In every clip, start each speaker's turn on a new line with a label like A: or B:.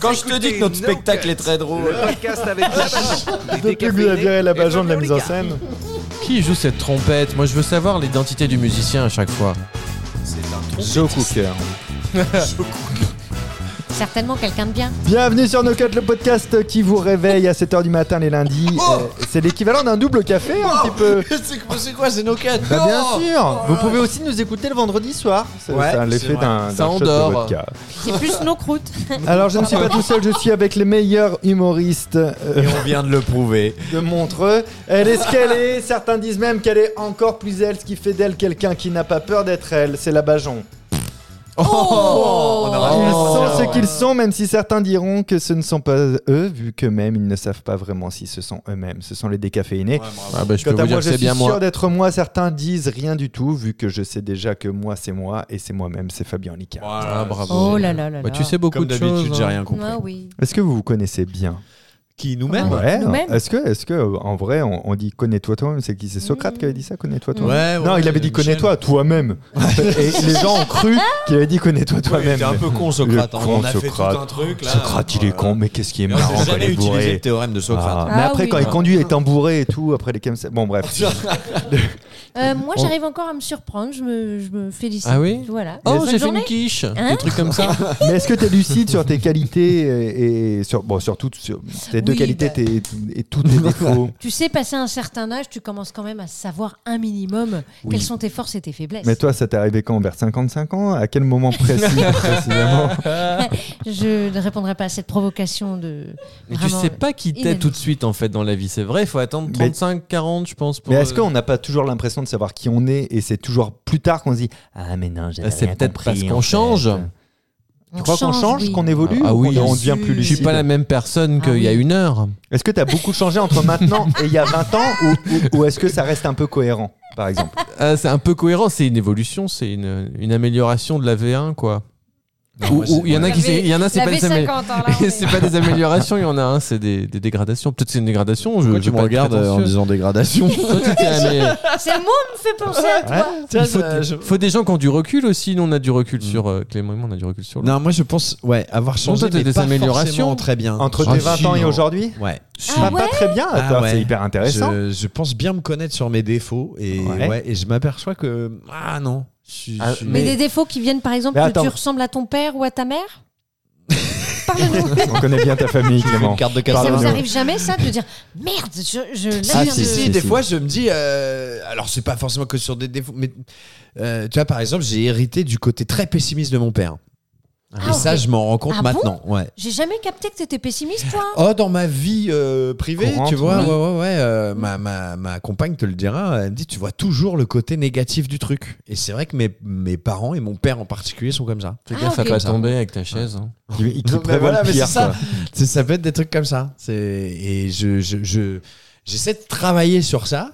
A: Quand je te dis que notre spectacle est très drôle.
B: Le podcast avec la
C: Depuis que vous avez la Bajon de la mise en scène.
D: Qui joue cette trompette Moi, je veux savoir l'identité du musicien à chaque fois.
C: Joe Cooker.
E: Certainement quelqu'un de bien.
C: Bienvenue sur No Cut, le podcast qui vous réveille à 7h du matin les lundis.
A: Oh
C: Euh, C'est l'équivalent d'un double café, un petit peu.
A: C'est quoi- c'est quoi, c'est nos quatre
C: Bah, bien
D: Oh
A: Non
C: sûr Vous pouvez aussi nous écouter le vendredi soir. C'est
A: Ouais,
C: ça, l'effet
A: c'est vrai.
C: d'un
D: Ça
C: d'un shot de
D: endort.
C: vodka.
E: C'est plus nos croûtes.
C: Alors, je ne suis pas tout seul, je suis avec les meilleurs humoristes euh,
A: Et on vient de le prouver.
C: de Montreux. Elle est ce qu'elle est, certains disent même qu'elle est encore plus elle, ce qui fait d'elle quelqu'un qui n'a pas peur d'être elle, c'est la Bajon.
E: Oh,
A: On aura-
C: Ils
A: Oh.
C: sont ce qu'ils sont, même si certains diront que ce ne sont pas eux, vu qu'eux-mêmes, ils ne savent pas vraiment si ce sont eux-mêmes. Ce sont les décaféinés.
D: Ah bah, je
C: Quant
D: peux
C: à
D: vous dire
C: moi,
D: que
C: je
D: c'est
C: suis
D: bien
C: sûr
D: moi.
C: d'être moi. Certains disent rien du tout, vu que je sais déjà que moi, c'est moi, et c'est moi-même, c'est Fabien Licard.
D: Ah, bravo.
E: Oh là là là
D: Bah,
E: là.
D: tu sais beaucoup
A: Comme
D: de choses.
A: d'habitude, j'ai
D: hein.
A: rien compris.
E: Ah oui.
C: Est-ce que vous vous connaissez bien hein.
A: Qui nous-mêmes
E: Ouais. nous-mêmes.
C: Est-ce que, est-ce que, euh, en vrai, on, on dit connais-toi toi-même C'est qui C'est Socrate qui avait dit ça, connais-toi toi-même.
A: Ouais,
C: Non,
A: ouais,
C: il avait dit
A: une chaîne.
C: connais-toi toi-même. et les gens ont cru qu'il avait dit connais-toi
A: Ouais, il
C: toi-même.
A: était un peu con, Socrate.
C: Le
A: hein.
C: con
A: on a fait tout
C: Socrate.
A: un truc là.
C: Socrate,
D: euh,
C: il est con, mais qu'est-ce qui est
A: Il n'a
C: marrant quand il
A: jamais
C: est
A: utilisé
C: bourré.
A: le théorème de
C: Ah,
A: Socrate.
C: mais
E: Ah
C: après,
E: oui,
C: quand il
E: non.
C: conduit étant bourré et tout, après les cams. Bon, bref.
E: Euh, moi, j'arrive encore à me surprendre. Je me, je me félicite.
D: Ah oui
E: Voilà.
D: Oh,
E: Bonne
D: j'ai fait
E: journée.
D: une quiche.
E: Hein
D: Des trucs comme ça.
C: mais est-ce que tu es lucide sur tes qualités et, et sur, bon, surtout sur tes deux
E: Oui,
C: qualités
E: bah.
C: tes- et tous tes défauts
E: Tu sais, passé un certain âge, tu commences quand même à savoir un minimum
C: Oui.
E: quelles sont tes forces et tes faiblesses.
C: Mais toi, ça t'est arrivé quand Vers 55 ans À quel moment précis précisément
E: Je ne répondrai pas à cette provocation de.
D: Mais tu
E: Vraiment,
D: sais pas qui t'es
E: inanimé.
D: tout de suite en fait dans la vie. C'est vrai, il faut attendre
C: Mais-
D: 35, 40, je pense. Pour
C: Mais est-ce
D: euh,
C: qu'on n'a pas toujours l'impression de savoir qui on est et c'est toujours plus tard qu'on se dit Ah, mais non, j'avais
D: Ah, c'est
C: rien
D: peut-être
C: compris,
D: parce
C: en
D: qu'on
C: fait.
D: change.
E: on
C: Tu crois qu'on change,
E: oui.
C: qu'on évolue
D: Ah
C: ou
D: oui,
C: qu'on- on
D: bien
C: devient plus
E: sûr.
D: Je
C: lucide
D: suis pas la même personne
E: Ah
D: qu'il y a
E: oui.
D: une heure.
C: Est-ce que tu as beaucoup changé entre maintenant et il y a 20 ans ou, ou- ou est-ce que ça reste un peu cohérent, par exemple
D: Ah, c'est un peu cohérent, c'est une évolution, c'est une, une amélioration de la V1 quoi.
F: Ah,
D: Ou- ou il y en a qui c'est- il y en a c'est
E: La
D: pas des amé-
E: V50, hein, là, on est-
D: c'est pas des améliorations, il y en a un, c'est des, des dégradations. Peut-être c'est une dégradation. Je,
F: Pourquoi
D: je
F: tu me
D: vais pas être
F: regardes euh, en
D: prétentieux.
F: disant dégradation
D: Toi, tu t'es amé-
E: C'est moi qui me fait penser à toi.
D: Il faut, faut des gens qui ont du recul aussi. Nous, on a du recul sur euh, Clément et moi, on a du recul sur. l'autre.
F: Non, moi je pense, ouais, avoir changé,
D: toi, t'as
F: mais
D: des
F: pas
D: améliorations.
F: forcément très bien.
C: Entre
F: Ah,
C: tes
F: si,
C: 20 ans et
F: non.
C: aujourd'hui
F: Ouais.
C: Pas-
E: Ah
C: Pas
E: ouais
C: très bien,
F: Ah
C: attends,
F: ouais.
C: c'est hyper intéressant.
F: Je, je pense bien me connaître sur mes défauts et,
C: Ouais.
F: ouais, et je m'aperçois que. Ah non. je suis-
D: Ah,
F: je suis-
E: Mais des défauts qui viennent par exemple
C: Mais
E: que
C: attends.
E: tu ressembles à ton père ou à ta mère Parle-nous.
C: On connaît bien ta famille, Clément.
F: carte de
E: Et ça
C: Pardon.
E: vous arrive jamais ça de dire merde, je, je là,
F: Ah,
E: je viens
F: si,
E: de-
F: si,
E: de-
F: des fois je me dis, euh, alors c'est pas forcément que sur des défauts, mais euh, tu vois, par exemple, j'ai hérité du côté très pessimiste de mon père. et
E: ok.
F: ça, je m'en rends compte
E: Ah bon
F: maintenant. ouais.
E: J'ai jamais capté que t'étais pessimiste toi.
F: Oh, dans ma vie euh, privée,
C: Courante,
F: tu vois,
C: oui.
F: ouais, ouais, ouais, euh, ma, ma, ma compagne te le dira, elle me dit, tu vois toujours le côté négatif du truc. Et c'est vrai que mes, mes parents et mon père en particulier sont comme ça.
D: Fais
E: Ah,
D: gaffe
E: ok.
D: à pas tomber avec ta chaise. hein.
C: Qui, qui
F: Non, mais
C: prévoit
F: voilà,
C: le
F: mais
C: pire,
F: c'est ça.
C: quoi.
F: C'est- ça peut être des trucs comme ça. C'est et je je- je- j'essaie de travailler sur ça,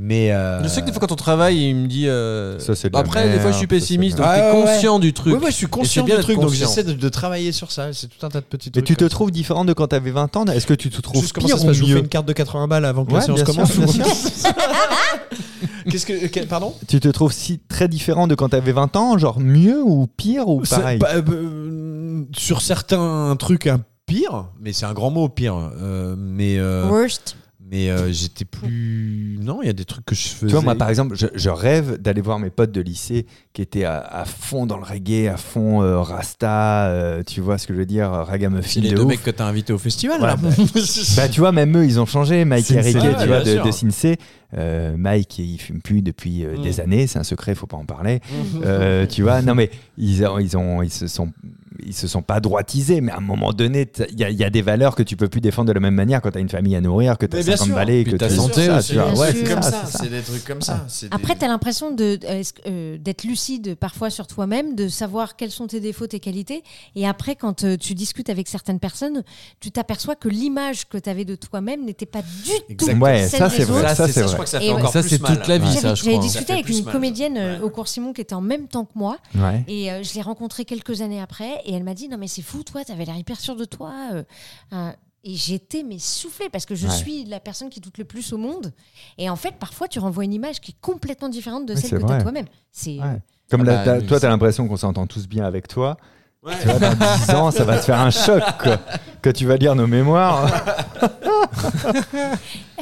F: mais euh,
D: Je sais que des fois, quand on travaille, il me dit. euh,
C: Ça, c'est de la
D: Après, des fois, je suis
C: merde, ça,
D: pessimiste.
C: c'est
D: Donc,
F: de la
D: t'es
F: merde. Ouais, ouais,
D: conscient du truc.
F: Oui, ouais, je suis
D: Et c'est
F: conscient
D: bien
F: du
D: d'être
F: truc, donc
D: conscient.
F: j'essaie de, de travailler sur ça. C'est tout un tas de petits
C: Mais
F: trucs.
C: tu te
F: comme
C: trouves différent de quand t'avais 20 ans Est-ce que tu te
F: ça.
C: trouves
F: Juste comment
C: pire
F: ça se
C: ou
F: passe Je vous fais
C: mieux
F: une carte de 80 balles avant que
C: Ouais,
F: la séance
C: bien
F: commence.
C: sûr, bien
F: Qu'est-ce que que- pardon
C: Tu te trouves si très différent de quand t'avais 20 ans Genre mieux ou pire ou
F: C'est
C: pareil
F: pas- euh, Sur certains trucs un pire, mais c'est un grand mot pire. euh, mais euh,
E: Worst.
F: mais euh, j'étais plus non, il y a des trucs que je faisais.
C: Tu vois, moi par exemple, je, je rêve d'aller voir mes potes de lycée qui étaient à, à fond dans le reggae, à fond euh, rasta, euh, tu vois ce que je veux dire,
F: c'est
C: ragamuffin
F: les
C: de
F: deux
C: ouf.
F: mecs que t'as invités au festival.
C: Ouais,
F: là.
C: bah, Bah tu vois, même eux, ils ont changé. Mike et
F: Sincé.
C: Riquet,
F: Ouais,
C: tu
F: bien
C: vois, de,
F: sûr.
C: de Sincé. Euh, Mike, il fume plus depuis euh,
F: Mm.
C: des années. C'est un secret, faut pas en parler. Euh, tu vois, non mais ils, ont- ils ont, ils se sont, ils se sont pas droitisés. Mais à un moment donné, t'as- il y, a- il y a des valeurs que tu peux plus défendre de la même manière quand t'as une famille à nourrir, que t'as
F: Mais bien
C: 50
F: sûr.
C: balais,
D: Puis
C: que
D: ta
C: t'as-
D: santé
C: ça,
D: aussi.
C: tu vois.
E: Bien
C: Ouais,
E: sûr.
C: c'est
E: Comme
C: ça, c'est ça.
F: des trucs comme ça. c'est des-
E: Après, t'as l'impression de euh, est-ce que, euh, d'être lucide parfois sur toi-même, de savoir quels sont tes défauts, tes qualités. Et après, quand euh, tu discutes avec certaines personnes, tu t'aperçois que l'image que t'avais de toi-même n'était pas du tout
F: Exactement.
C: Ouais,
E: celle
C: ça
E: des
C: c'est vrai.
E: autres.
C: Ça c'est
A: je
C: vrai.
A: crois que ça
E: Et
A: fait
E: ouais.
D: Et
A: encore
D: ça,
A: plus
D: c'est
A: mal.
D: toute la vie,
E: J'avais-
D: ça, je
E: J'avais
D: crois.
E: discuté avec
A: plus
E: une
A: mal.
E: comédienne euh,
A: Ouais.
E: au cours Simon qui était en même temps que moi.
C: Ouais.
E: Et euh, je l'ai rencontrée quelques années après. Et elle m'a dit Non, mais c'est fou, toi, t'avais l'air hyper sûre de toi. euh, euh, et j'étais mais soufflée parce que je
C: Ouais.
E: suis la personne qui doute le plus au monde. Et en fait, parfois, tu renvoies une image qui est complètement différente de
C: Oui,
E: celle
C: c'est
E: que t'as
C: vrai.
E: toi-même. C'est
C: Ouais. Comme
D: Ah
C: la-
D: bah,
C: t'as-
D: oui,
C: toi,
D: c'est-
C: t'as l'impression qu'on s'entend tous bien avec toi. Tu vois, dans 10 ans, ça va te faire un choc quoi, que tu vas lire nos mémoires.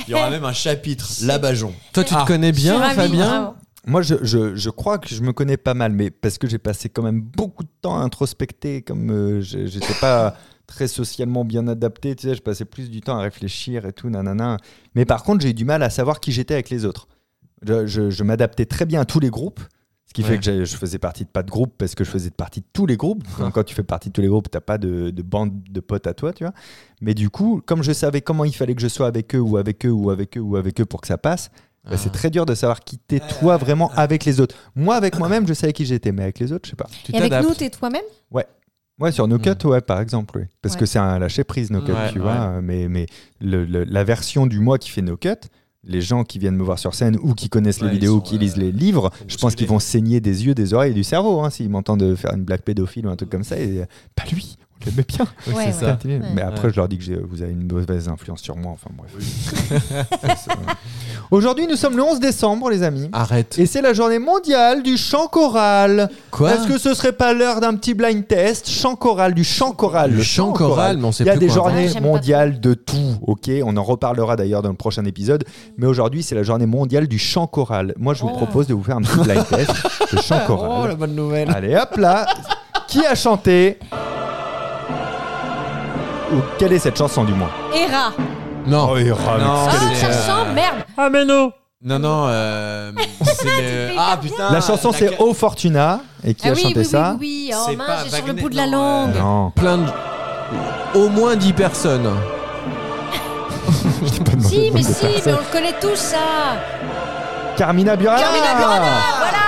F: Il y aura même un chapitre, l'abajon.
D: Toi, tu
F: Ah.
D: te connais
E: Je
D: bien,
E: suis ravie, Ah.
D: Fabien
E: vraiment.
C: Moi, je, je- je crois que je me connais pas mal, mais parce que j'ai passé quand même beaucoup de temps à introspecter, comme euh, j'ai- j'étais pas très socialement bien adapté, tu sais, je passais plus du temps à réfléchir et tout, nanana. Mais par contre, j'ai eu du mal à savoir qui j'étais avec les autres. Je, je- je m'adaptais très bien à tous les groupes, ce qui
D: Ouais.
C: fait que j'ai- je faisais partie de pas de groupe parce que je faisais partie de tous les groupes. Donc, quand tu fais partie de tous les groupes, t'as pas de, de bande de potes à toi, tu vois. Mais du coup, comme je savais comment il fallait que je sois avec eux ou avec eux ou avec eux ou avec eux pour que ça passe, bah,
F: Ah.
C: c'est très dur de savoir qui t'es toi vraiment avec les autres. Moi, avec moi-même, je savais qui j'étais, mais avec les autres, je sais pas.
D: Tu
E: Et avec nous,
D: t'adaptes.
E: t'es toi-même
C: Ouais, sur No Cut,
F: Mm.
C: ouais, par exemple, oui. Parce
E: Ouais.
C: que c'est un lâcher prise, No Cut,
D: Ouais,
C: tu
D: ouais.
C: vois. euh, Mais, mais le- le- la version du moi qui fait No Cut, les gens qui viennent me voir sur scène ou qui connaissent
F: Ouais, ils
C: les vidéos,
F: sont,
C: qui
F: euh,
C: lisent les livres,
F: sont
C: je pense
F: bousculés.
C: qu'ils vont saigner des yeux, des oreilles et du cerveau, hein, s'ils m'entendent faire une blague pédophile ou un truc comme ça. Et, euh, bah lui, on l'aimait bien.
E: Oui, Ouais, c'est ouais.
D: ça.
C: Mais après, je leur dis que j'ai- vous avez une mauvaise influence sur moi. Enfin, bref. C'est- Aujourd'hui, nous sommes le 11 décembre, les amis.
D: Arrête.
C: Et c'est la journée mondiale du chant choral.
D: Quoi
C: Est-ce que ce serait pas l'heure d'un petit blind test Chant choral, du chant choral.
D: Ah, Le
C: le
D: chant choral, mais on sait
C: Il y a
D: plus
C: des
D: quoi. hein.
E: Ah,
C: journées
E: j'aime pas
C: mondiales de tout, ok On en reparlera d'ailleurs dans le prochain épisode. Mais aujourd'hui, c'est la journée mondiale du chant choral. Moi, je vous
E: Oh.
C: propose de vous faire un petit blind test de chant
F: Oh,
C: choral.
F: la bonne nouvelle.
C: Allez, hop là Qui a chanté Ou quelle est cette chanson, du moins
E: Hera
D: Non.
C: il ramène.
A: Non,
E: Ah,
A: c'est,
E: ça
A: euh,
E: sent, merde
A: non, non, euh, c'est le- Ah putain
C: La chanson, c'est O Fortuna. Et qui
E: Ah
C: a
E: oui,
C: chanté
E: oui,
C: ça
E: oui, oui, oui, oh
F: C'est
E: mince,
F: pas
E: j'ai sur le
F: Wagner,
E: bout de la
F: non,
E: langue
F: euh,
C: Non,
D: Plein de. Au moins 10 personnes.
C: je t'ai pas demandé
E: Si,
C: le
E: mais
C: nom de
E: si, mais
C: personne.
E: on le connaît tous, ça
C: Carmina Burana
E: Carmina Voilà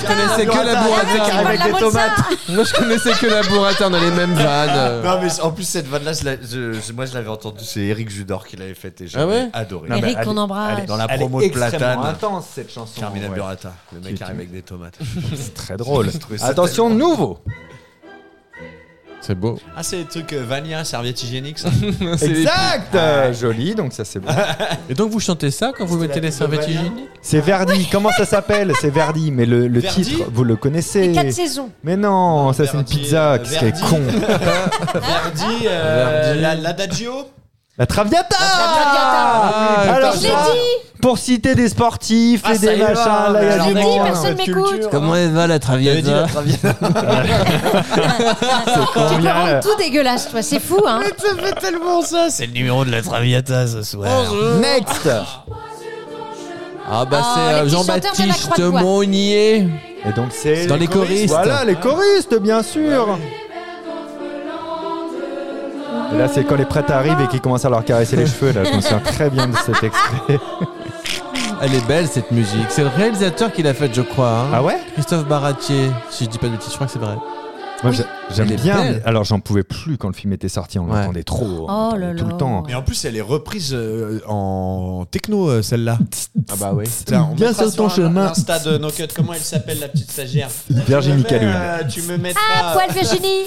D: Je connaissais que
E: Ah,
D: la
E: Burrata.
D: burrata.
E: avec des tomates.
D: Moi, je connaissais que la burrata. On a les mêmes vannes.
F: Non, mais c- en plus, cette vanne-là, je la- je- je- moi je l'avais entendue, c'est Eric Judor qui l'avait faite et j'avais
D: Ah ouais
F: adoré.
C: Non, mais
E: Eric,
C: allez,
E: qu'on embrasse.
F: allez, dans la
C: Elle est
F: promo de
C: extrêmement
F: Platane,
C: intense cette chanson.
F: Carmina
C: Ouais.
F: Burrata, le mec
C: Tu-
F: arrive avec des tomates.
C: C'est très drôle.
F: Je trouvais ça
C: Attention,
F: tellement-
C: nouveau.
D: C'est beau.
F: Ah, c'est les trucs euh, Vania, serviette hygiénique, ça
C: Exact.
F: Ah.
C: euh, Joli, donc ça c'est bon.
D: Et donc, vous chantez ça quand vous mettez les serviettes
F: vanille.
D: hygiéniques
C: C'est Verdi. Comment ça s'appelle C'est Verdi, mais le, le
F: Verdi
C: titre, vous le
E: Les
C: connaissez.
E: quatre saisons.
C: Mais non, ça c'est une
F: Verdi,
C: pizza.
F: euh,
C: Qu'est-ce qu'elle est
F: Verdi.
C: con.
F: Verdi, euh,
D: Verdi.
F: la- l'adagio
C: La Traviata.
E: Traviata.
D: Ah,
C: Alors
E: Je l'ai
C: ça, pour citer des sportifs
F: Ah,
C: et
F: ça
C: des
F: y va,
C: machins, là il y a
F: alors,
C: du
E: mec,
C: monde.
E: personne
F: Cette
E: m'écoute.
F: culture.
D: elle va la
F: J'avais dit la Traviata.
E: Tu peux rendre tout dégueulasse, toi, c'est fou, hein
F: Ça fait tellement ça C'est le numéro de la Traviata ce
A: Oh,
F: soir.
C: Next.
D: Ah, bah, c'est euh,
E: Ah, les petits chanteurs de la
D: Jean-Baptiste
E: Croix de Bois.
D: Monnier.
C: Et donc c'est
D: Dans les choristes.
C: Voilà les choristes, bien sûr. Et là, c'est quand les prêtres arrivent et qu'ils commencent à leur caresser les cheveux. Là, je me souviens très bien de cet extrait.
D: Elle est belle cette musique. C'est le réalisateur qui l'a faite, je crois. hein.
C: Ah ouais
D: Christophe Baratier, si je dis pas de bêtises, je crois que c'est vrai.
C: Moi, j'a- j'aime
D: Elle est
C: bien.
D: belle.
C: mais Alors, j'en pouvais plus quand le film était sorti. On
D: Ouais.
C: l'entendait trop. on
E: Oh
C: l'entendait
E: là
C: tout
E: là.
C: le temps.
A: Mais en plus, elle est reprise euh, en techno, euh, celle-là.
D: Ah bah oui.
A: Tiens, on
C: Bien
F: mettra
C: sur ton
F: un-
C: chemin.
F: L'insta
A: euh,
F: de No Cut, comment elle s'appelle la petite stagiaire
C: Virginie
F: Tu me mets,
C: Calhoun.
F: euh, Tu me mettras.
E: Ah, poil Virginie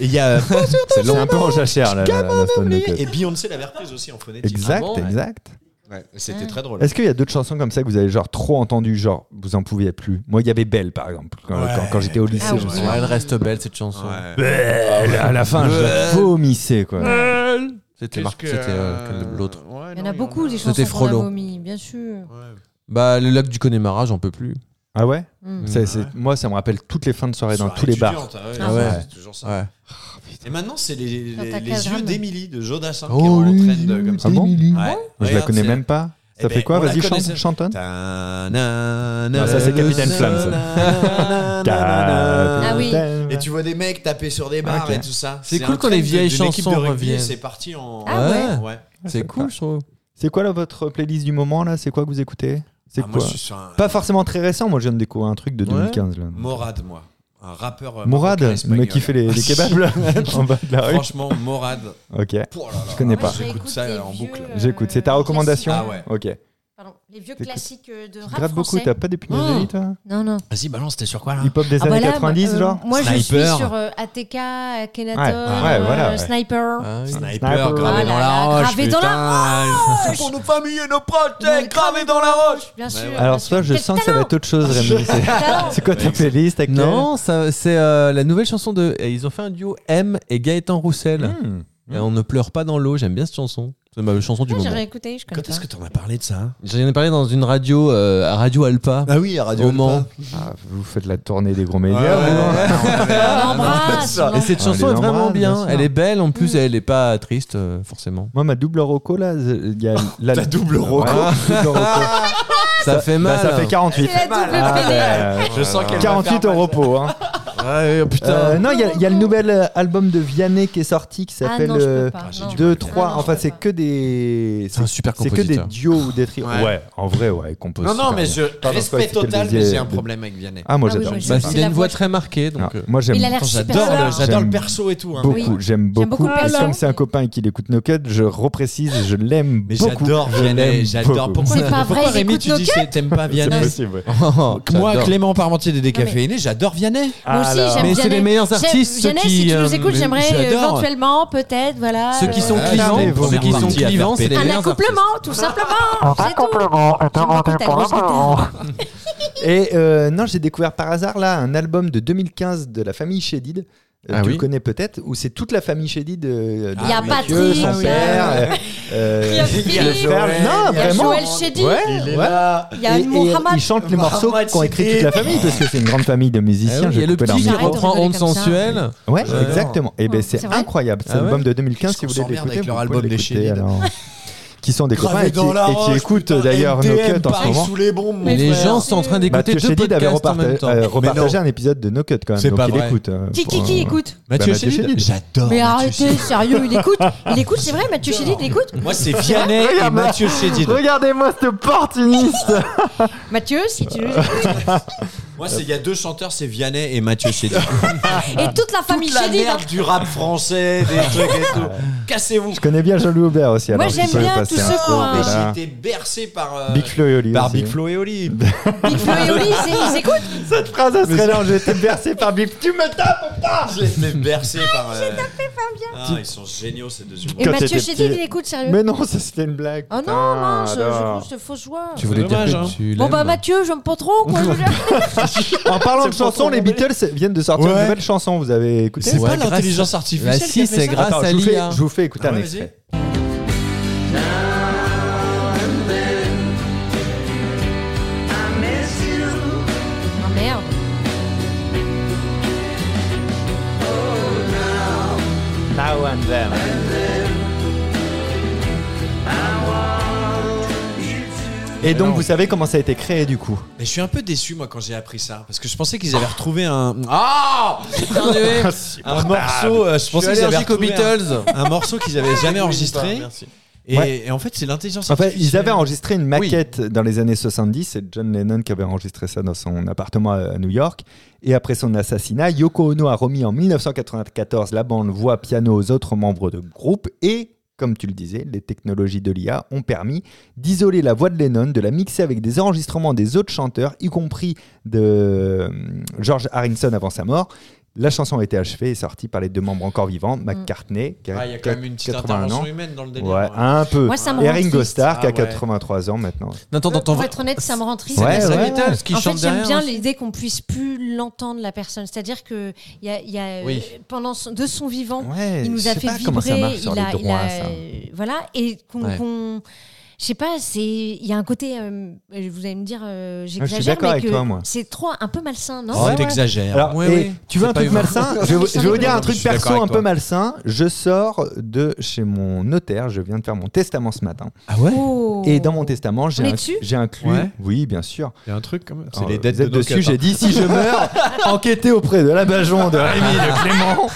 A: Et il y a.
C: C'est long. C'est un peu en jachère, là. la- la- la Stone Cut.
F: Et Beyoncé l'avait reprise aussi en phonétique.
C: Exact,
D: Ah bon
C: exact.
F: Ouais, c'était très drôle.
C: Est-ce qu'il y a d'autres chansons comme ça que vous avez genre trop entendu, genre vous en pouviez plus Moi, il y avait Belle, par exemple, quand,
A: Ouais.
C: quand- quand j'étais au lycée.
E: Ah oui.
C: je me souviens.
D: Ouais, elle reste belle cette chanson.
C: Belle, à la fin, je la vomissais, quoi.
D: C'était Marc, c'était euh, quel- l'autre.
E: Il y en a beaucoup, des
D: C'était
E: chansons qu'on a
D: Frollo.
E: vomi, bien sûr.
D: Bah le lac du Connemara, j'en peux plus.
C: Ah ouais
E: Mm.
C: Ça, c'est- Moi, ça me rappelle toutes les fins de soirée dans tous les bars.
A: hein,
E: Ah
D: ouais.
F: C'est toujours ça.
D: Ouais.
F: Et maintenant, c'est les,
E: Dans ta
F: les, les
E: case
F: yeux
E: rame.
F: d'Émilie, de Jodassin, qui
D: Oh,
F: est
D: les
F: en train de comme ça.
C: Ah bon
F: Ouais.
C: Je la
F: Regarde,
C: connais
F: c'est-
C: même pas.
F: Eh
C: Ça
F: ben,
C: fait quoi
F: on la
C: Vas-y, chante-
F: connaissait.
C: chantonne.
F: Ta- na- na-
C: Ah, ça, c'est
F: na-
C: Capitaine
F: na-
C: Flamme, ça.
F: na- na- na- na-
E: Ah oui.
F: Et tu vois des mecs taper sur des bars et tout ça.
D: C'est cool
F: un
D: quand les
F: trend
D: vieilles
F: d'une équipe de
D: chansons
F: rugby et
D: reviennent.
F: C'est parti en.
E: Ah ouais.
F: ouais.
D: C'est cool, je trouve.
C: C'est quoi là, votre playlist du moment là C'est quoi que vous écoutez C'est
F: Ah,
C: quoi
F: moi, je suis sur un.
C: Pas forcément très récent. Moi, je viens de découvrir un truc de
D: Ouais.
C: 2015 là.
F: Morad, moi. Un rappeur. euh,
C: Mourad,
F: marocain
C: le mec qui
F: espagnol. Ah,
C: fait les, les kebabs là, en bas de la rue.
F: Franchement, Morad. Oh
C: Ok,
F: là là.
C: je connais pas.
E: Moi,
F: J'écoute ça
E: des
F: en
E: vieux,
F: boucle.
E: euh,
C: J'écoute. C'est ta recommandation
F: Ah ouais.
C: Ok.
E: pardon, les vieux
C: T'écoutes-
E: classiques euh, de
C: Tu
E: rap
C: grattes beaucoup,
E: français.
C: t'as pas des punaises de lit, toi
E: Non, non.
A: Vas-y, balance, c'était sur quoi là
C: Hip-hop des
E: Ah bah
C: années
E: là,
C: 90,
E: euh,
C: genre
E: Moi, je
A: Sniper.
E: suis sur euh, ATK, Akhenaton,
C: Ouais, ouais,
E: euh,
C: voilà, ouais.
E: Sniper.
D: Ah oui.
C: Sniper.
E: Ah là là, gravé dans la
A: putain.
E: roche.
A: pour nos familles et nos proches,
E: Mais
A: eh, gravé dans la roche
E: Bien sûr.
C: Ah, Alors, ça, je sens que ça va être autre chose, Rémi. C'est- C'est quoi ta playlist actuelle
D: Ah, Non, ça- c'est euh, la nouvelle chanson de. et Ils ont fait un duo M et Gaëtan Roussel.
C: Hmm.
D: Et on ne pleure pas dans l'eau. J'aime bien cette chanson. C'est ma chanson du
E: J'ai
D: moment.
E: réécouté, je connais
A: Quand
E: pas.
A: est-ce que t'en as parlé de ça
D: J'en ai parlé hein dans une radio, euh, à Radio Alpa.
A: Ah oui, à
D: Radio Mans.
C: Ah, Vous faites la tournée des gros médias. vous, hein
E: On embrasse,
D: Et
E: on embrasse.
D: cette
C: Ah,
D: chanson
C: elle
D: est
C: est
D: vraiment
C: normale, bien
D: bien.
C: sûr.
D: Elle est belle. En plus, elle est pas triste, euh, forcément.
C: Moi, ma double roco, là, il y a la
A: ta double roco.
C: double roco.
D: Ça fait
C: Bah,
D: mal.
C: ça fait 48.
E: C'est la double
C: Ah,
E: playlist.
C: bah,
F: Je sens qu'elle
C: 48 au repos. Hein. Euh, non, il y, a- il y a le nouvel euh, album de Vianney qui est sorti qui s'appelle
E: Ah, non, je peux
C: euh,
E: pas,
A: j'ai non. du
C: 2,
A: mal.
C: 3.
E: Ah, non, je
C: enfin,
E: peux
C: c'est
E: pas.
C: que des.
D: C'est un super
C: C'est que des
D: compositeur.
C: duos ou des trios.
A: Ouais.
C: en vrai, ouais, compose.
A: Non, non,
C: super
A: mais
C: bien.
A: je.
C: Pardon,
A: Respect
C: quoi,
A: total,
C: c'était le
A: mais j'ai
C: deuxième-
A: un problème avec Vianney.
C: Ah, moi,
E: Ah oui,
C: j'adore.
E: moi, je-
D: Bah,
E: C'est
D: il a
E: la
D: une
E: voix.
D: voix très marquée.
C: Ah,
D: Donc, euh,
C: Moi, j'aime
E: Il a l'air super
A: J'adore
E: fort.
A: le, j'adore le
C: J'aime
A: perso et tout. hein.
C: beaucoup.
E: Oui.
C: J'aime
E: J'aime
C: beaucoup.
E: beaucoup le
C: Et
E: perso.
C: comme c'est un copain qui écoute nos cuts, je reprécise, je l'aime
A: Mais
C: beaucoup.
A: j'adore
C: Je
A: Vianney,
C: l'aime
A: j'adore.
C: beaucoup.
A: Pourquoi,
E: C'est pas
A: pourquoi
E: vrai, ils
A: Rémi,
E: écoutent
A: tu
E: nos
A: dis que t'aimes pas
C: C'est
A: Vianney
C: possible, ouais.
A: Moi,
D: j'adore.
A: Clément Parmentier des décaféinés, j'adore Vianney.
E: Moi aussi,
C: Alors.
E: j'aime
D: Mais
E: bien.
D: c'est les meilleurs
E: J'aime-
D: artistes, ceux
E: Vianney,
D: qui,
E: si tu
D: euh,
E: nous écoutes, j'aimerais euh,
A: j'adore.
E: éventuellement, peut-être, voilà.
D: Ceux qui
E: euh,
D: sont
A: Ah,
D: clivants,
C: c'est bon.
D: ceux qui sont
A: Parti à
D: clivants, c'est
A: taper.
D: les
E: Un
D: meilleurs artistes.
E: accouplement, tout simplement. c'est tout. J'aime beaucoup ta grosse guitare.
C: Et euh, non, j'ai découvert par hasard là un album de 2015 de la famille Chédid. Euh,
D: Ah
C: tu
D: oui.
C: le connais peut-être, où c'est toute la famille Chédid. euh, de
E: Ah. Il y a
C: Mathieu,
E: Patrick,
C: son
E: euh,
C: père. euh,
E: il y a
C: euh,
E: Phil,
C: le frère. Non,
E: Il y a
C: vraiment.
E: Joël Chédid.
C: Ouais,
A: Il
C: ouais.
A: est là.
E: Il y a
C: Et- et
E: Mohamed.
C: ils chantent les morceaux
A: Mohamed
C: qu'ont écrit
A: Chédid.
C: toute la famille parce que c'est une grande famille de
A: Ah
C: musiciens.
D: Il y a
C: je
D: le
C: coupais
D: petit qui
C: leur micro.
E: Arrête, on
D: reprend
E: rigole
D: Onde
E: comme ça.
D: sensuelle.
C: Ouais,
A: Ouais.
C: exactement. Et ben
E: Ouais,
C: c'est
E: c'est vrai
C: incroyable. C'est
D: Ah ouais
C: l'album de 2015
A: Qu'est-ce
C: si
A: qu'on
C: vous voulez
A: s'emmerde
C: l'écouter.
A: avec leur
C: vous
A: album
C: pouvez
A: des
C: l'écouter,
A: Chédid.
C: alors. Qui sont des copains
A: Gravé
C: et qui,
A: dans la
C: et qui
A: roche,
C: écoutent
A: putain,
C: d'ailleurs nos
A: MDM,
C: cuts en ce
A: Paris
C: moment.
A: sous les bombes, mon
E: Mais
D: Les
A: frère.
D: gens sont en train d'écouter
C: Mathieu
D: deux
C: Chédid avait
D: podcasts en même
C: reparta-
D: temps.
C: euh,
A: Mais
C: repartagé
A: non.
C: un épisode de No Cut quand
A: C'est
C: même. Donc
A: pas
C: il
A: vrai.
C: écoute. euh,
E: Qui, qui,
C: pour,
E: qui
C: euh,
E: écoute
C: Mathieu
A: Bah, Mathieu
C: Chédid.
A: Chédid. J'adore.
E: Mais
A: Mathieu Chédid.
E: arrêtez, sérieux, il écoute. Il écoute, c'est vrai, Mathieu Chédid, il écoute.
A: Moi, c'est Vianney et Mathieu Chédid.
C: Regardez-moi cet opportuniste
E: Mathieu, si tu nous écoutes.
A: Moi, c'est- il y a deux chanteurs, c'est Vianney et Mathieu Chédid.
E: Et toute la famille
A: Toute la
E: Chédid. hein.
A: merde du rap français, des trucs et tout. Cassez-vous.
C: Je connais bien Jean-Louis Aubert aussi.
E: Moi,
C: alors je
E: j'aime
C: peux
E: bien
C: passer
E: tous
C: un
E: ceux
C: peu,
E: qui ont un-
C: voilà.
A: J'étais bercé par. euh,
C: Big Flo et Oli.
A: Par
C: aussi.
A: Big Flo et Oli.
E: Big Flo et Oli, ils ils écoutent.
C: Cette phrase, elle serait là. J'ai été bercé par Big Tu me tapes
A: J'étais bercé par. J'ai tapé Fabien. Ah, ils sont géniaux ces deux humains.
E: Et
C: Quand
E: Mathieu
C: t'étais
E: Chédid,
C: petit.
E: il écoute, sérieux.
C: Mais non, ça c'était une blague.
E: Oh non,
C: putain,
E: non, je
C: alors.
E: trouve fausse joie.
D: Tu voulais dire
A: dommage,
D: que
A: hein.
D: tu
E: Bon
D: l'aimes.
E: bah Mathieu, j'aime pas trop quoi. je veux dire.
C: En parlant de chansons, les Beatles viennent de sortir
A: Ouais.
C: une nouvelle chanson. Vous avez écouté
A: C'est
D: Ouais,
A: pas
D: grâce-
A: l'intelligence
D: Bah
A: artificielle.
D: si, c'est grâce
C: Attends,
D: à
C: je vous, fais,
D: l'IA.
C: je vous fais écouter
A: Ah
C: un
A: ouais,
C: extrait.
E: Ah merde.
C: Et donc, vous savez comment ça a été créé du coup
A: Mais je suis un peu déçu moi quand j'ai appris ça parce que je pensais qu'ils avaient retrouvé un ah un morceau. euh, je
D: Je suis
A: pensais qu'ils avaient
D: allergique aux
A: retrouvé
D: Beatles.
A: un, un morceau qu'ils
C: Ah,
A: avaient jamais enregistré. Et,
C: Ouais.
A: et en fait, c'est l'intelligence
C: En fait,
A: artificielle.
C: ils avaient enregistré une maquette dans les années 70. C'est John Lennon qui avait enregistré ça dans son appartement à à New York. Et après son assassinat, Yoko Ono a remis en 1994 la bande voix piano aux autres membres de groupe. Et, comme tu le disais, les technologies de l'IA ont permis d'isoler la voix de Lennon, de la mixer avec des enregistrements des autres chanteurs, y compris de euh, George Harrison avant sa mort. La chanson a été achevée et sortie par les deux membres encore vivants, McCartney, qui a,
A: Mm. Ah, il y a quand même une petite
C: 81
A: intervention
C: ans.
A: humaine dans le délire.
C: hein. Ouais,
A: hein.
C: un peu.
E: Moi, ça me
C: et
E: rend
C: Ringo
E: triste.
C: Starr qui a
A: Ah ouais.
C: 83 ans maintenant.
D: Attends,
E: Pour
D: attends,
E: être honnête, ça me rend triste.
C: Ouais,
D: C'est
C: ouais.
D: les Beatles qui
E: euh, En fait,
D: chantent
E: j'aime
D: derrière.
E: bien l'idée qu'on puisse plus l'entendre la personne. C'est-à-dire que il y a, il y a, euh,
D: Oui.
E: pendant son- de son vivant,
C: Ouais,
E: il nous a
C: je sais
E: fait
C: pas
E: vibrer.
C: comment ça marche sur
E: il a,
C: les
E: il
C: droits,
E: a-
C: ça.
E: euh, voilà, et qu'on,
D: Ouais.
E: qu'on- je sais pas, c'est il y a un côté. euh, vous allez me dire, euh,
C: Ah, je suis
E: j'exagère,
C: d'accord
E: mais
C: avec
E: que
C: toi, moi.
E: c'est trop un peu malsain, non
A: Oh,
C: Ouais,
A: t'exagères.
C: Alors,
D: Ouais,
C: et
D: ouais.
C: tu veux
D: C'est
C: un
D: pas
C: truc
D: humain.
C: malsain je, vais- je vais vous dire un truc
A: Je suis d'accord
C: perso un
A: avec
C: peu
A: toi.
C: malsain. Je sors de chez mon notaire, je viens de faire mon testament ce matin.
A: Ah ouais
E: Oh.
C: Et dans mon testament, j'ai
E: On est
C: un-
E: dessus
C: j'ai inclus.
A: Ouais.
C: Oui, bien sûr.
A: Il y a un truc Ah, comme
C: Alors, vous êtes Oh, dessus, j'ai dit si je meurs, enquêtez auprès de l'abajon de Rémi de Clément.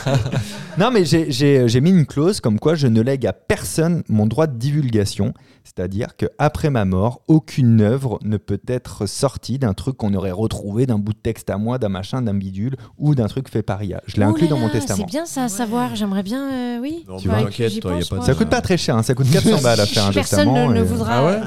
C: non, mais j'ai- j'ai j'ai mis une clause comme quoi je ne lègue à personne mon droit de divulgation. C'est-à-dire qu'après ma mort, aucune œuvre ne peut être sortie d'un truc qu'on aurait retrouvé, d'un bout de texte à moi, d'un machin, d'un bidule ou d'un truc fait par IA. Je l'ai
E: Ouh
C: inclus
E: Oh là
C: dans mon
E: là, C'est
C: testament.
E: bien ça à savoir. J'aimerais bien, euh, oui.
A: Non,
E: Faudrait
A: mais
E: que
A: t'inquiète,
E: j'y
A: toi, y a
E: pense,
A: pas de-
E: moi.
C: Ça coûte pas très cher, hein, ça coûte 400 balles à faire un
E: Personne
C: testament.
E: ne, ne
C: et-
E: voudra.
A: ouais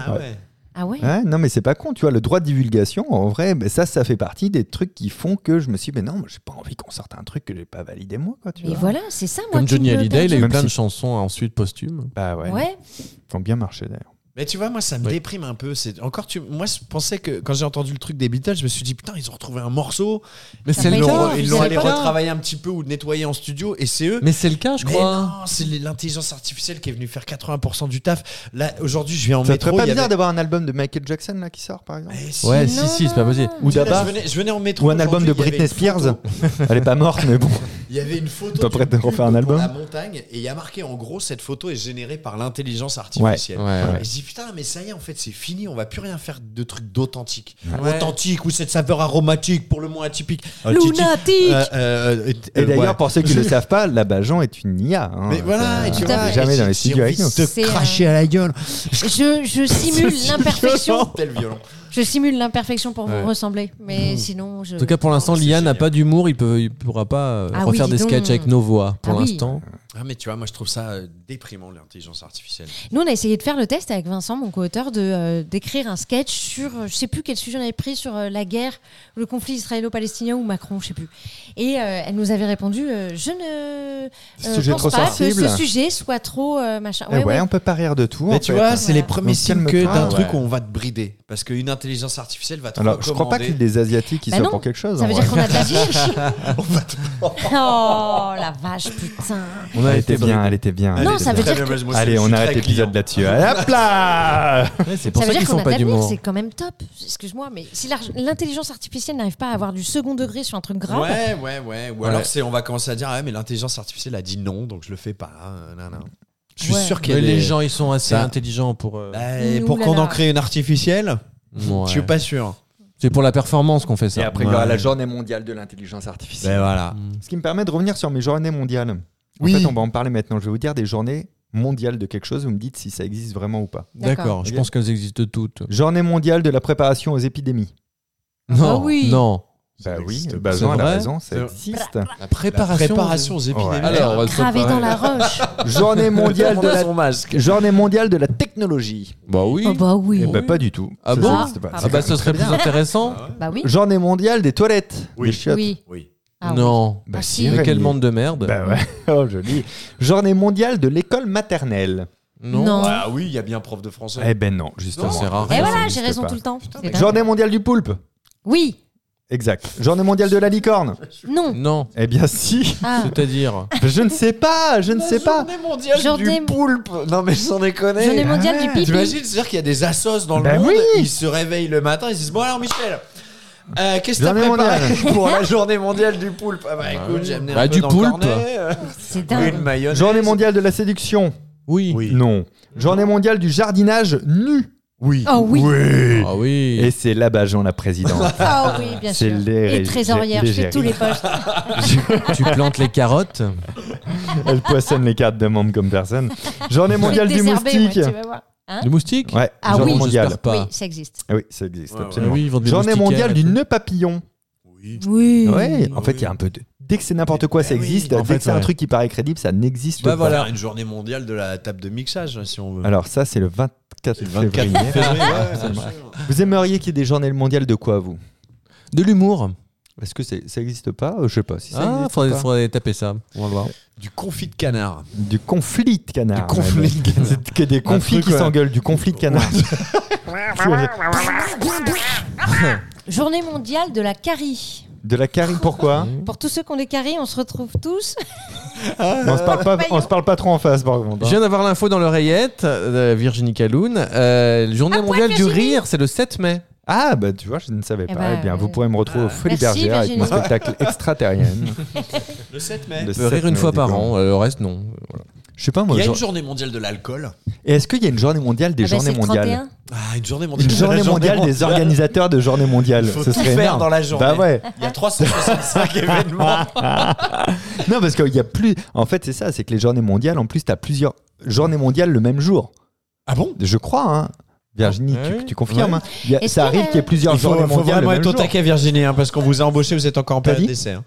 E: Ah ouais
C: Ouais, non, mais c'est pas con, tu vois. Le droit de divulgation, en vrai, ben ça, ça fait partie des trucs qui font que je me suis dit, mais non, moi, j'ai pas envie qu'on sorte un truc que j'ai pas validé moi, quoi, tu
E: Mais
C: vois.
E: voilà, c'est ça, moi.
D: Comme
E: qui
D: Johnny
E: me
D: Hallyday, il a eu
C: Même
D: plein
C: si-
D: de chansons euh, ensuite posthumes.
C: Bah ouais,
E: perturbe.
C: ils
E: Ouais,
C: font bien marché d'ailleurs.
A: Mais tu vois, moi, ça me
D: Oui.
A: déprime un peu. C'est encore, tu, moi, je pensais que quand j'ai entendu le truc des Beatles, je me suis dit putain, ils ont retrouvé un morceau.
D: Mais
E: Ça
D: c'est
E: fait
A: Ils
D: le
E: peur,
A: l'ont,
D: cas.
A: ils
E: vous
A: l'ont
E: savez
A: allé
E: pas.
A: retravailler un petit peu ou nettoyer en studio, et c'est eux.
D: Mais c'est le cas, je
A: Mais
D: crois.
A: non, c'est l'intelligence artificielle qui est venue faire 80% du taf. Là, aujourd'hui, je vais en
C: Ça te
A: métro.
C: ferait pas
A: il y
C: bizarre
A: avait-
C: d'avoir un album de Michael Jackson là qui sort, par exemple
A: Eh, si.
D: Ouais,
E: Non,
D: si, si,
E: non,
D: c'est pas possible.
E: non.
C: Ou
A: Ah, Tu vois, là,
C: d'Abba
A: je, venais, je venais en métro.
C: Ou un album de
A: aujourd'hui, il y avait
C: Britney
A: une photo-
C: Spears Elle est pas morte, mais bon.
A: Il y avait une photo.
C: T'es pas
A: du
C: prête de
A: couple
C: refaire un
A: dans
C: album
A: La montagne, et il y a marqué en gros, cette photo est générée par l'intelligence artificielle.
D: Ouais, ouais.
A: Et je dis putain, mais ça y est, en fait, c'est fini, on va plus rien faire de trucs d'authentique.
D: Ouais.
A: Authentique ou cette saveur aromatique, pour le moins atypique.
C: Ah,
E: Lunatique
A: Euh, euh, euh,
C: Et
A: euh,
C: d'ailleurs,
A: ouais.
C: pour ceux qui ne le savent pas, la Bajan est une IA. hein.
A: Mais voilà,
C: Ça-
A: et tu
E: Tout à
A: vois,
E: fait.
C: jamais
A: et
C: dans les
A: j'ai
C: studios avec
A: envie
C: nous.
A: de
E: C'est, euh,
A: Te cracher à la gueule.
E: Je, je simule l'imperfection.
A: Tel violon.
E: Je simule l'imperfection pour
D: Ouais.
E: vous ressembler.
C: Mmh.
E: Mais sinon, je.
D: En tout cas, pour l'instant,
A: C'est
D: l'IA n'a
A: génial.
D: pas d'humour. Il ne il pourra pas euh,
E: Ah oui,
D: refaire
E: dis
D: des
E: donc.
D: sketchs avec nos voix pour
E: Ah oui.
D: l'instant.
A: Ah mais tu vois, moi je trouve ça euh, déprimant l'intelligence artificielle.
E: Nous, on a essayé de faire le test avec Vincent, mon co-auteur, de, euh, d'écrire un sketch sur, euh, je sais plus quel sujet on avait pris, sur euh, la guerre, le conflit israélo-palestinien ou Macron, je sais plus. Et euh, elle nous avait répondu, euh, je ne euh,
C: Sujet
E: pense
C: trop
E: pas
C: sensible.
E: que ce sujet soit trop euh, machin.
C: Eh
E: Ouais,
C: ouais,
E: ouais.
C: on peut pas rire de tout. en
A: Mais tu
C: fait.
A: vois, c'est
E: Voilà.
A: les premiers
C: Donc,
A: signes que
C: calme-toi.
A: d'un
C: Ah,
A: truc
C: ouais.
A: où on va te brider. Parce qu'une intelligence artificielle va te
C: Alors, je crois pas
A: recommander-
C: qu'il y ait des Asiatiques qui
E: Bah
C: soient
E: non,
C: pour quelque chose.
E: Ça
C: en
E: veut
C: vrai.
E: dire qu'on a de la vie
A: On va te-
E: Oh la vache, putain.
D: On a
C: Elle
D: été
C: était bien, elle était bien. elle
E: Non,
C: était
E: ça
C: bien.
E: veut dire
A: Très bien, moi, je-
C: Allez,
A: je
C: on
A: suis
C: arrête
A: très
C: l'épisode
A: client.
C: là-dessus. Hop là
D: c'est pour
E: Ça
D: ça,
E: veut dire
D: qu'ils
E: qu'on
D: font
E: a de
D: pas
E: l'avenir,
D: d'humour.
E: c'est quand même top. Excuse-moi, mais si l'ar- l'intelligence artificielle n'arrive pas à avoir du second degré sur un truc grave,
A: Ouais, ouais, ouais. Ou
D: Ouais.
A: alors c'est, on va commencer à dire, ah, mais l'intelligence artificielle a dit non, donc je le fais pas. Euh, Non, non. Je suis
E: Ouais.
A: sûr
D: Mais
A: qu'elle
D: Les
A: est-
D: gens, ils sont assez
A: Ça-
D: intelligents pour. euh,
A: Eh,
E: Ouh
A: pour
E: là
A: qu'on
E: là.
A: en crée une artificielle,
D: ouais.
A: je suis pas sûr.
D: C'est pour la performance qu'on fait ça.
C: Et après, il y aura la journée mondiale de l'intelligence
A: Ben
C: artificielle.
A: voilà.
D: Mm.
C: Ce qui me permet de revenir sur mes journées mondiales. En
A: Oui.
C: fait, on va en parler maintenant. Je vais vous dire des journées mondiales de quelque chose. Vous me dites si ça existe vraiment ou pas.
E: D'accord.
D: D'accord, je
C: Ok.
D: pense qu'elles existent toutes.
C: Journée mondiale de la préparation aux épidémies.
E: Ah
D: Non,
E: bah oui.
D: non.
C: Bah oui,
A: existe.
C: bah
D: C'est
C: Jean, elle a
D: vrai
C: raison,
A: C'est
C: ça
A: vrai.
C: existe.
D: La
A: La
D: préparation.
A: préparation aux
C: Ouais.
A: épidémies.
D: Alors, on va se
E: gravé
D: préparer.
E: dans la roche.
C: Journée mondiale de la
A: son masque.
C: Journée mondiale de la technologie.
D: Bah oui.
E: Oh bah oui.
C: Eh ben pas du tout.
D: Ah
C: Ça,
D: bon
C: ça existe pas.
E: Ah
D: Ah bah ce serait plus intéressant.
E: Bah oui.
C: Journée mondiale des toilettes.
A: Oui.
C: Des chiottes.
E: Oui.
A: Oui.
E: Ah oui.
D: Non.
C: Bah
E: Ah
C: si,
E: si.
D: Mais
C: Rémi.
D: quel monde de merde.
C: Bah ouais, oh joli. Journée mondiale de l'école maternelle.
D: non.
E: Non.
A: Ah oui, il y a bien un prof de français.
C: Eh ben non,
D: Ça
C: justement.
D: sert à
E: Et
D: rien.
E: voilà,
C: ça
E: j'ai
C: n'existe
E: raison
C: pas.
E: tout le temps. C'est dingue.
C: Journée mondiale du poulpe.
E: Oui,
C: Exact. Journée mondiale de la licorne.
E: non.
D: Non.
C: Eh bien si.
E: Ah.
D: C'est-à-dire.
C: Je ne sais pas, je ne sais pas.
A: Journée mondiale
E: Journée-
A: du poulpe. Non mais sans déconner.
E: Journée mondiale
A: Ah,
E: du pipi.
A: T'imagines, c'est-à-dire qu'il y a des assos dans le
C: Bah
A: monde.
C: oui.
A: Ils se réveillent le matin, ils se disent bon alors Michel. euh, Qu'est-ce que t'as
C: Journée
A: préparé pour la journée mondiale du poulpe Ah bah écoute, j'ai amené un
D: Bah,
A: peu
D: du poulpe.
A: d'encornet, euh,
E: C'est
A: une
E: dingue.
A: mayonnaise.
C: Journée mondiale de la séduction.
D: Oui.
A: Oui.
C: Non. Journée mondiale du jardinage nu.
A: Oui.
E: Oh oui.
D: Ah oui.
C: Et c'est là bas Jean la présidente.
E: Ah oui, bien
C: C'est
E: sûr.
C: les-
E: Et trésorière,
C: les-
E: je fais tous les postes.
D: tu plantes les carottes.
C: Elle poissonne les cartes de membres comme personne. Journée mondiale
E: Je vais
C: du
E: te désherber,
C: moustique.
E: moi, tu vas voir.
D: Du moustique
C: Ouais,
E: Ah
C: journée
E: oui.
C: mondiale.
D: J'espère pas.
E: Oui, ça existe.
C: Ah oui, ça existe,
A: Ouais, ouais.
C: absolument.
D: Oui, ils vendent des
C: Journée
D: moustiquaires
C: mondiale
D: et
C: du
D: tout.
C: nœud papillon.
A: Oui.
E: Oui.
C: Ouais,
A: Oui.
C: en fait, il y a un peu de. Dès que c'est n'importe quoi, ça
A: Eh oui,
C: existe.
D: en
C: Dès
D: fait,
C: que c'est un
D: ouais.
C: truc qui paraît crédible, ça n'existe
D: Bah
C: pas.
D: voilà.
A: Voilà. Une journée mondiale de la table de mixage, hein, si on veut.
C: Alors, ça, c'est le 24,
A: C'est le 24
C: février.
A: février.
C: Absolument. Vous aimeriez qu'il y ait des journées mondiales de quoi, vous
D: De l'humour.
C: Est-ce que c'est- ça n'existe pas Euh, Je sais pas. Si ça
D: Ah,
C: existe
D: faudrait,
C: pas.
D: faudrait taper ça. On va voir.
A: Du confit de canard.
C: Du conflit de canard.
A: Du conflit de
C: Ouais, mais- C'est que des conflits
A: truc,
C: qui
A: ouais.
C: s'engueulent, du conflit de canard.
E: Journée mondiale de la carie.
C: de la carie, pourquoi
E: Pour tous ceux qui ont des caries, on se retrouve tous. Ah
C: on, se parle pas, on se parle pas trop en face, par contre. hein.
D: Je viens d'avoir l'info dans l'oreillette, euh, Virginie Caloun. Euh, journée
E: Ah,
D: mondiale
E: ouais,
D: du
E: Virginie.
D: rire, c'est le 7 mai.
C: Ah, bah tu vois, je ne savais
E: Eh
C: pas.
E: bah,
C: eh bien,
E: euh,
C: vous pourrez me retrouver au Folie
E: merci,
C: Bergère avec mon
E: Virginie.
C: spectacle extraterrien.
A: Le 7 mai.
C: Le
D: On peut rire
C: 7
D: une
C: mai,
D: fois
C: du
D: par
C: coup.
D: an, euh, le reste non. Voilà.
C: Je sais pas,
A: Il
C: moi.
A: y a
C: genre-
A: une journée mondiale de l'alcool.
C: Et est-ce qu'il y a une journée mondiale des
E: Ah bah,
C: journées
E: c'est le
C: mondiales
E: 31.
A: Ah, une journée mondiale.
C: Une
A: de la
C: journée mondiale des organisateurs de journées mondiales.
A: Il faut
C: Ce
A: tout
C: serait
A: faire
C: énorme.
A: dans la journée.
C: Bah ouais.
A: Il y a 365 événements.
C: Non, parce qu'il y a plus. En fait, c'est ça, c'est que les journées mondiales, en plus, t'as plusieurs journées mondiales le même jour.
A: Ah bon
C: Je crois, hein. Virginie,
D: Ah
C: tu,
D: oui.
C: tu confirmes hein. Il y a-
E: Est-ce
C: Ça
E: qu'il y
C: arrive
E: a-
C: qu'il y ait plusieurs
A: Il faut,
C: journées
A: faut
C: mondiales le
A: vraiment
C: même
A: être au
C: jour.
A: taquet, Virginie, hein, parce qu'on vous a embauché, vous êtes encore en
C: T'as
A: période
C: dit
A: d'essai. hein.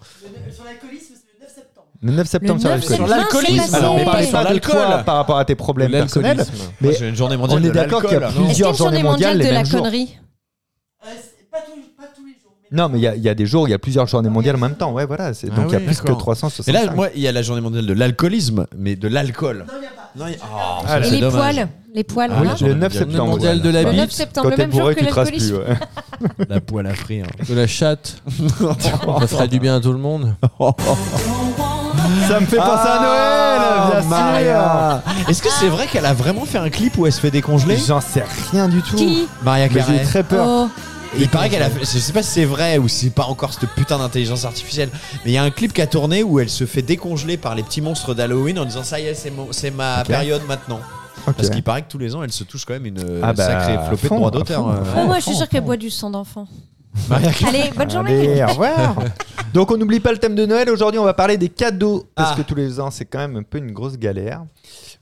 G: Sur l'alcoolisme, c'est le 9 septembre.
C: Le 9 septembre sur
E: Le 9
C: l'alcool.
E: septembre,
H: Sur l'alcoolisme.
E: c'est passé.
C: Alors, on
H: Mais
C: parle
H: sur
C: pas de toi
H: l'alcool.
C: par rapport à tes problèmes personnels.
D: L'alcoolisme.
C: Mais
A: J'ai une journée mondiale
C: on est
A: de
C: d'accord qu'il y a
A: l'alcool, hein.
E: Est-ce qu'il y
C: plusieurs
E: a une journée mondiale de
C: les
E: la
C: mêmes jours.
E: connerie
C: Non, mais il y a- il y, a des jours, il y a plusieurs
E: Ah
C: journées mondiales en même temps. Ouais, voilà. c'est-
D: Ah
C: donc il y a
D: oui,
C: plus que
D: d'accord.
C: 365.
A: Et là, moi, il y a la journée mondiale de l'alcoolisme, mais de l'alcool. Non, il y a pas.
C: Ah,
E: Et les poils Les poils,
A: Ah
E: on
A: oui,
E: a
A: j'en
C: le
A: ai
C: 9
A: bien.
C: septembre.
D: mondial de la
C: Bah,
E: Le
D: bite,
E: 9 septembre,
C: Quand
E: le
C: t'es
E: même jour
C: bourré,
E: que
C: tu traces
E: l'alcoolisme.
C: plus. ouais.
A: La poêle à frire.
D: de la chatte. Ça ferait du bien à tout le monde.
C: Ça me fait penser à Noël, bien sûr.
A: Maria. Est-ce que c'est vrai qu'elle a vraiment fait un clip où elle se fait décongeler
C: J'en sais rien du tout.
E: Qui
A: Maria
C: Mais j'ai eu
A: Carey.
C: très peur.
E: Oh,
A: Il paraît qu'elle a fait, je sais pas si c'est vrai ou si c'est pas encore cette putain d'intelligence artificielle, mais il y a un clip qui a tourné où elle se fait décongeler par les petits monstres d'Halloween en disant ça y est, c'est mon- c'est ma
C: Ok.
A: période maintenant.
C: Ok.
A: Parce qu'il paraît que tous les ans, elle se touche quand même une euh,
C: Ah bah,
A: sacrée flopée
C: fond,
A: de droits
C: à
A: d'auteur.
C: fond, à
A: euh.
C: fond.
E: oh, moi, je suis sûre qu'elle boit du sang d'enfant.
A: Maria
E: Allez, bonne journée.
C: Allez, au revoir. Donc on n'oublie pas le thème de Noël. Aujourd'hui, on va parler des cadeaux parce que
A: Ah.
C: tous les ans, c'est quand même un peu une grosse galère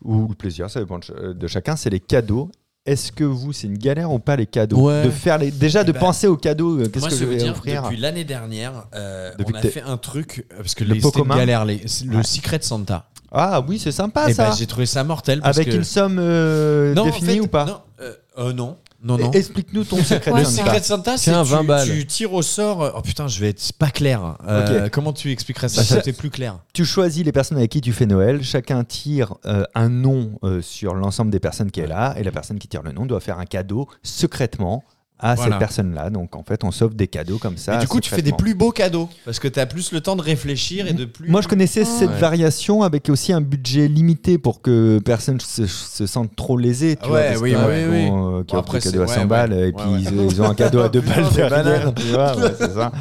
C: ou le plaisir, ça dépend de ch- de chacun. C'est les cadeaux. Est-ce que vous, c'est une galère ou pas les cadeaux
D: Ouais.
C: De faire les, déjà de
A: Eh ben,
C: penser aux cadeaux. euh, Qu'est-ce
A: Moi,
C: que je
A: ça veut
C: vais
A: dire,
C: offrir
A: Depuis l'année dernière, euh,
C: Depuis
A: on a
C: que t'es-
A: fait un truc euh, parce que
C: Le
A: les,
C: pot
A: c'était une
C: commun.
A: galère, les- c'est le
C: Ouais.
A: secret de Santa.
C: Ah oui, c'est sympa
A: Et
C: ça.
A: ben, j'ai trouvé ça mortel parce
C: Avec
A: que-
C: une somme euh,
A: Non, en
C: définie
A: fait,
C: ou pas
A: Non, euh, euh, non, non, non.
C: Et- Explique-nous ton secret.
E: Ouais,
C: de
A: Le
E: Santa.
A: secret de Santa, c'est
D: Tiens, 20
A: tu,
D: balles.
A: tu tires au sort. Oh putain, je vais être pas clair. Euh, Comment tu expliquerais ça
C: Bah, ça-
A: Ça t'est plus clair.
C: Tu choisis les personnes avec qui tu fais Noël. Chacun tire euh, un nom euh, sur l'ensemble des personnes qui est là. Et la personne qui tire le nom doit faire un cadeau secrètement à
A: Voilà.
C: cette personne-là. Donc en fait, on sauve des cadeaux comme ça.
A: Et du coup, tu fais des
C: secrètement.
A: plus beaux cadeaux parce que t'as plus le temps de réfléchir et de plus.
C: Moi, je connaissais
E: Ah.
C: cette
D: Ouais.
C: variation avec aussi un budget limité pour que personne se, se sente trop lésé. Tu
A: Ouais,
C: vois, parce
A: oui,
C: qu'il y en a
A: oui,
C: qui
A: oui.
C: ont, euh, qui
A: Bon,
C: ont
A: après,
C: pris un cadeau à
A: c'est-
C: 100
A: ouais,
C: balles
A: ouais.
C: et puis
A: Ouais,
C: ils, ils ont un cadeau à 2 balles
A: des
C: derrière.
A: bananes.
C: tu vois, ouais, c'est ça.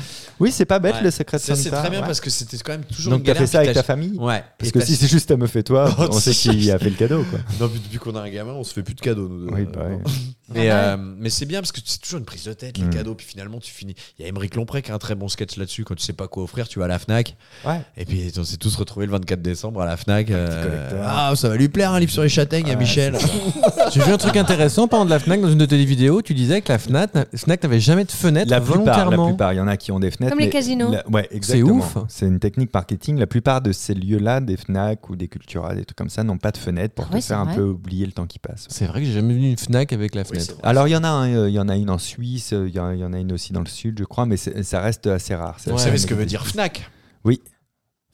C: Oui, c'est pas bête
A: Ouais.
C: le secret de
A: Ça,
C: Santa.
A: c'est très bien
C: ouais.
A: parce que c'était quand même toujours
C: Donc
A: une
C: t'as
A: galère.
C: fait ça
A: puis
C: avec ta
A: t'ach-
C: famille
A: Ouais.
C: Parce
A: Et
C: que
A: t'ach-
C: si c'est juste à me fait toi,
A: Oh,
C: on sait
A: si.
C: qui a fait le cadeau. Quoi.
A: Non, puis depuis qu'on a un gamin, on se fait plus de cadeaux, nous deux.
C: Oui, bah oui.
A: Mais,
E: Ah
A: euh, mais c'est bien parce que c'est toujours une prise de tête, les
C: Mm.
A: cadeaux. Puis finalement, tu finis. Il y a Émeric Lompré qui a un très bon sketch là-dessus. Quand tu sais pas quoi offrir, tu vas à la Fnac.
C: Ouais.
A: Et puis on s'est tous retrouvés le 24 décembre à la Fnac. euh,
C: collecteur.
A: ah, ça va lui plaire un livre sur les châtaignes à Michel.
D: J'ai vu un truc intéressant pendant de la Fnac dans une de tes vidéos. Tu disais que la Fnac, n'a- Fnac n'avait jamais de fenêtre
C: La plupart, la
D: volontairement.
C: plupart, il y en a qui ont des fenêtres.
E: Comme les
C: mais
E: casinos.
C: la- ouais, exactement.
D: ouf.
C: C'est une technique marketing. La plupart de ces lieux-là, des Fnac ou des Cultura, des trucs comme ça, n'ont pas de fenêtre pour
E: Ah
C: te
E: ouais, c'est
C: faire un
E: vrai.
C: peu oublier le temps qui passe.
D: C'est vrai que j'ai jamais vu une Fnac avec la
A: Oui, c'est
D: fenêtre.
A: vrai.
C: Alors il y en a, un, euh, il y en a une en Suisse, euh, il y, en il y en a une aussi dans le sud, je crois, mais c'est- ça reste assez rare.
A: Vous
D: Ouais.
A: savez ce que veut dire Fnac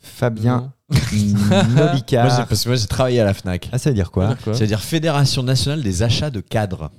C: Fabien
D: Non.
A: Moi, j'ai-
C: Nobicard.
A: Parce que moi, j'ai travaillé à la Fnac.
D: Hein
C: Ah, ça veut dire quoi
D: Quoi
A: Ça veut dire Fédération nationale des achats de cadres.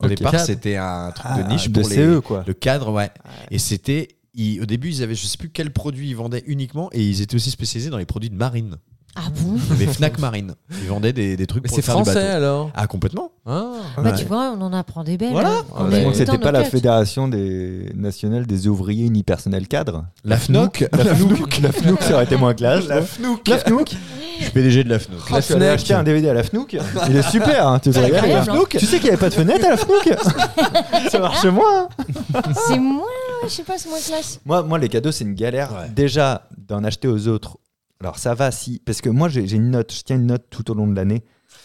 A: Au
C: Ok.
A: départ,
D: Cadres.
A: c'était un truc
C: Ah,
A: de niche
C: de
A: pour les-
C: CE quoi.
A: Le cadre, ouais. Et c'était. ils- au début, ils avaient, je sais plus quel produit ils vendaient uniquement, et ils étaient aussi spécialisés dans les produits de marine.
E: Ah bon
A: Il y avait Fnac Marine. Ils vendaient des, des trucs
D: Mais
A: pour
D: c'est
A: faire du
D: français
A: bateau.
D: alors
A: Ah, complètement.
D: Ah.
E: Bah,
C: Ouais. Ah,
E: tu vois, on en apprend des belles.
A: Voilà.
E: hein. On
D: Ouais.
E: est
C: Donc c'était
E: dans
C: pas
E: nos
C: la
E: culottes.
C: fédération des nationale des ouvriers unipersonnels cadres.
A: La Fnoc.
C: La Fnouk, la Fnouk, ça aurait été moins classe. La
A: Fnouk.
C: La Fnouk.
A: Je suis PDG de la Fnoc.
C: Ah, tu allais acheter un DVD à la Fnouk. Il est super. hein, tu, te regardes,
E: incroyable,
C: la
E: hein.
C: Fnouk. Tu sais qu'il n'y avait pas de fenêtre à la Fnouk. ça marche moins. hein.
E: C'est moins, je sais pas, c'est moins classe.
C: Moi, moi, les cadeaux, c'est une galère.
A: Ouais.
C: Déjà, d'en acheter aux autres. Alors ça va si parce que moi j'ai j'ai une note. Je tiens une note tout au long de l'année.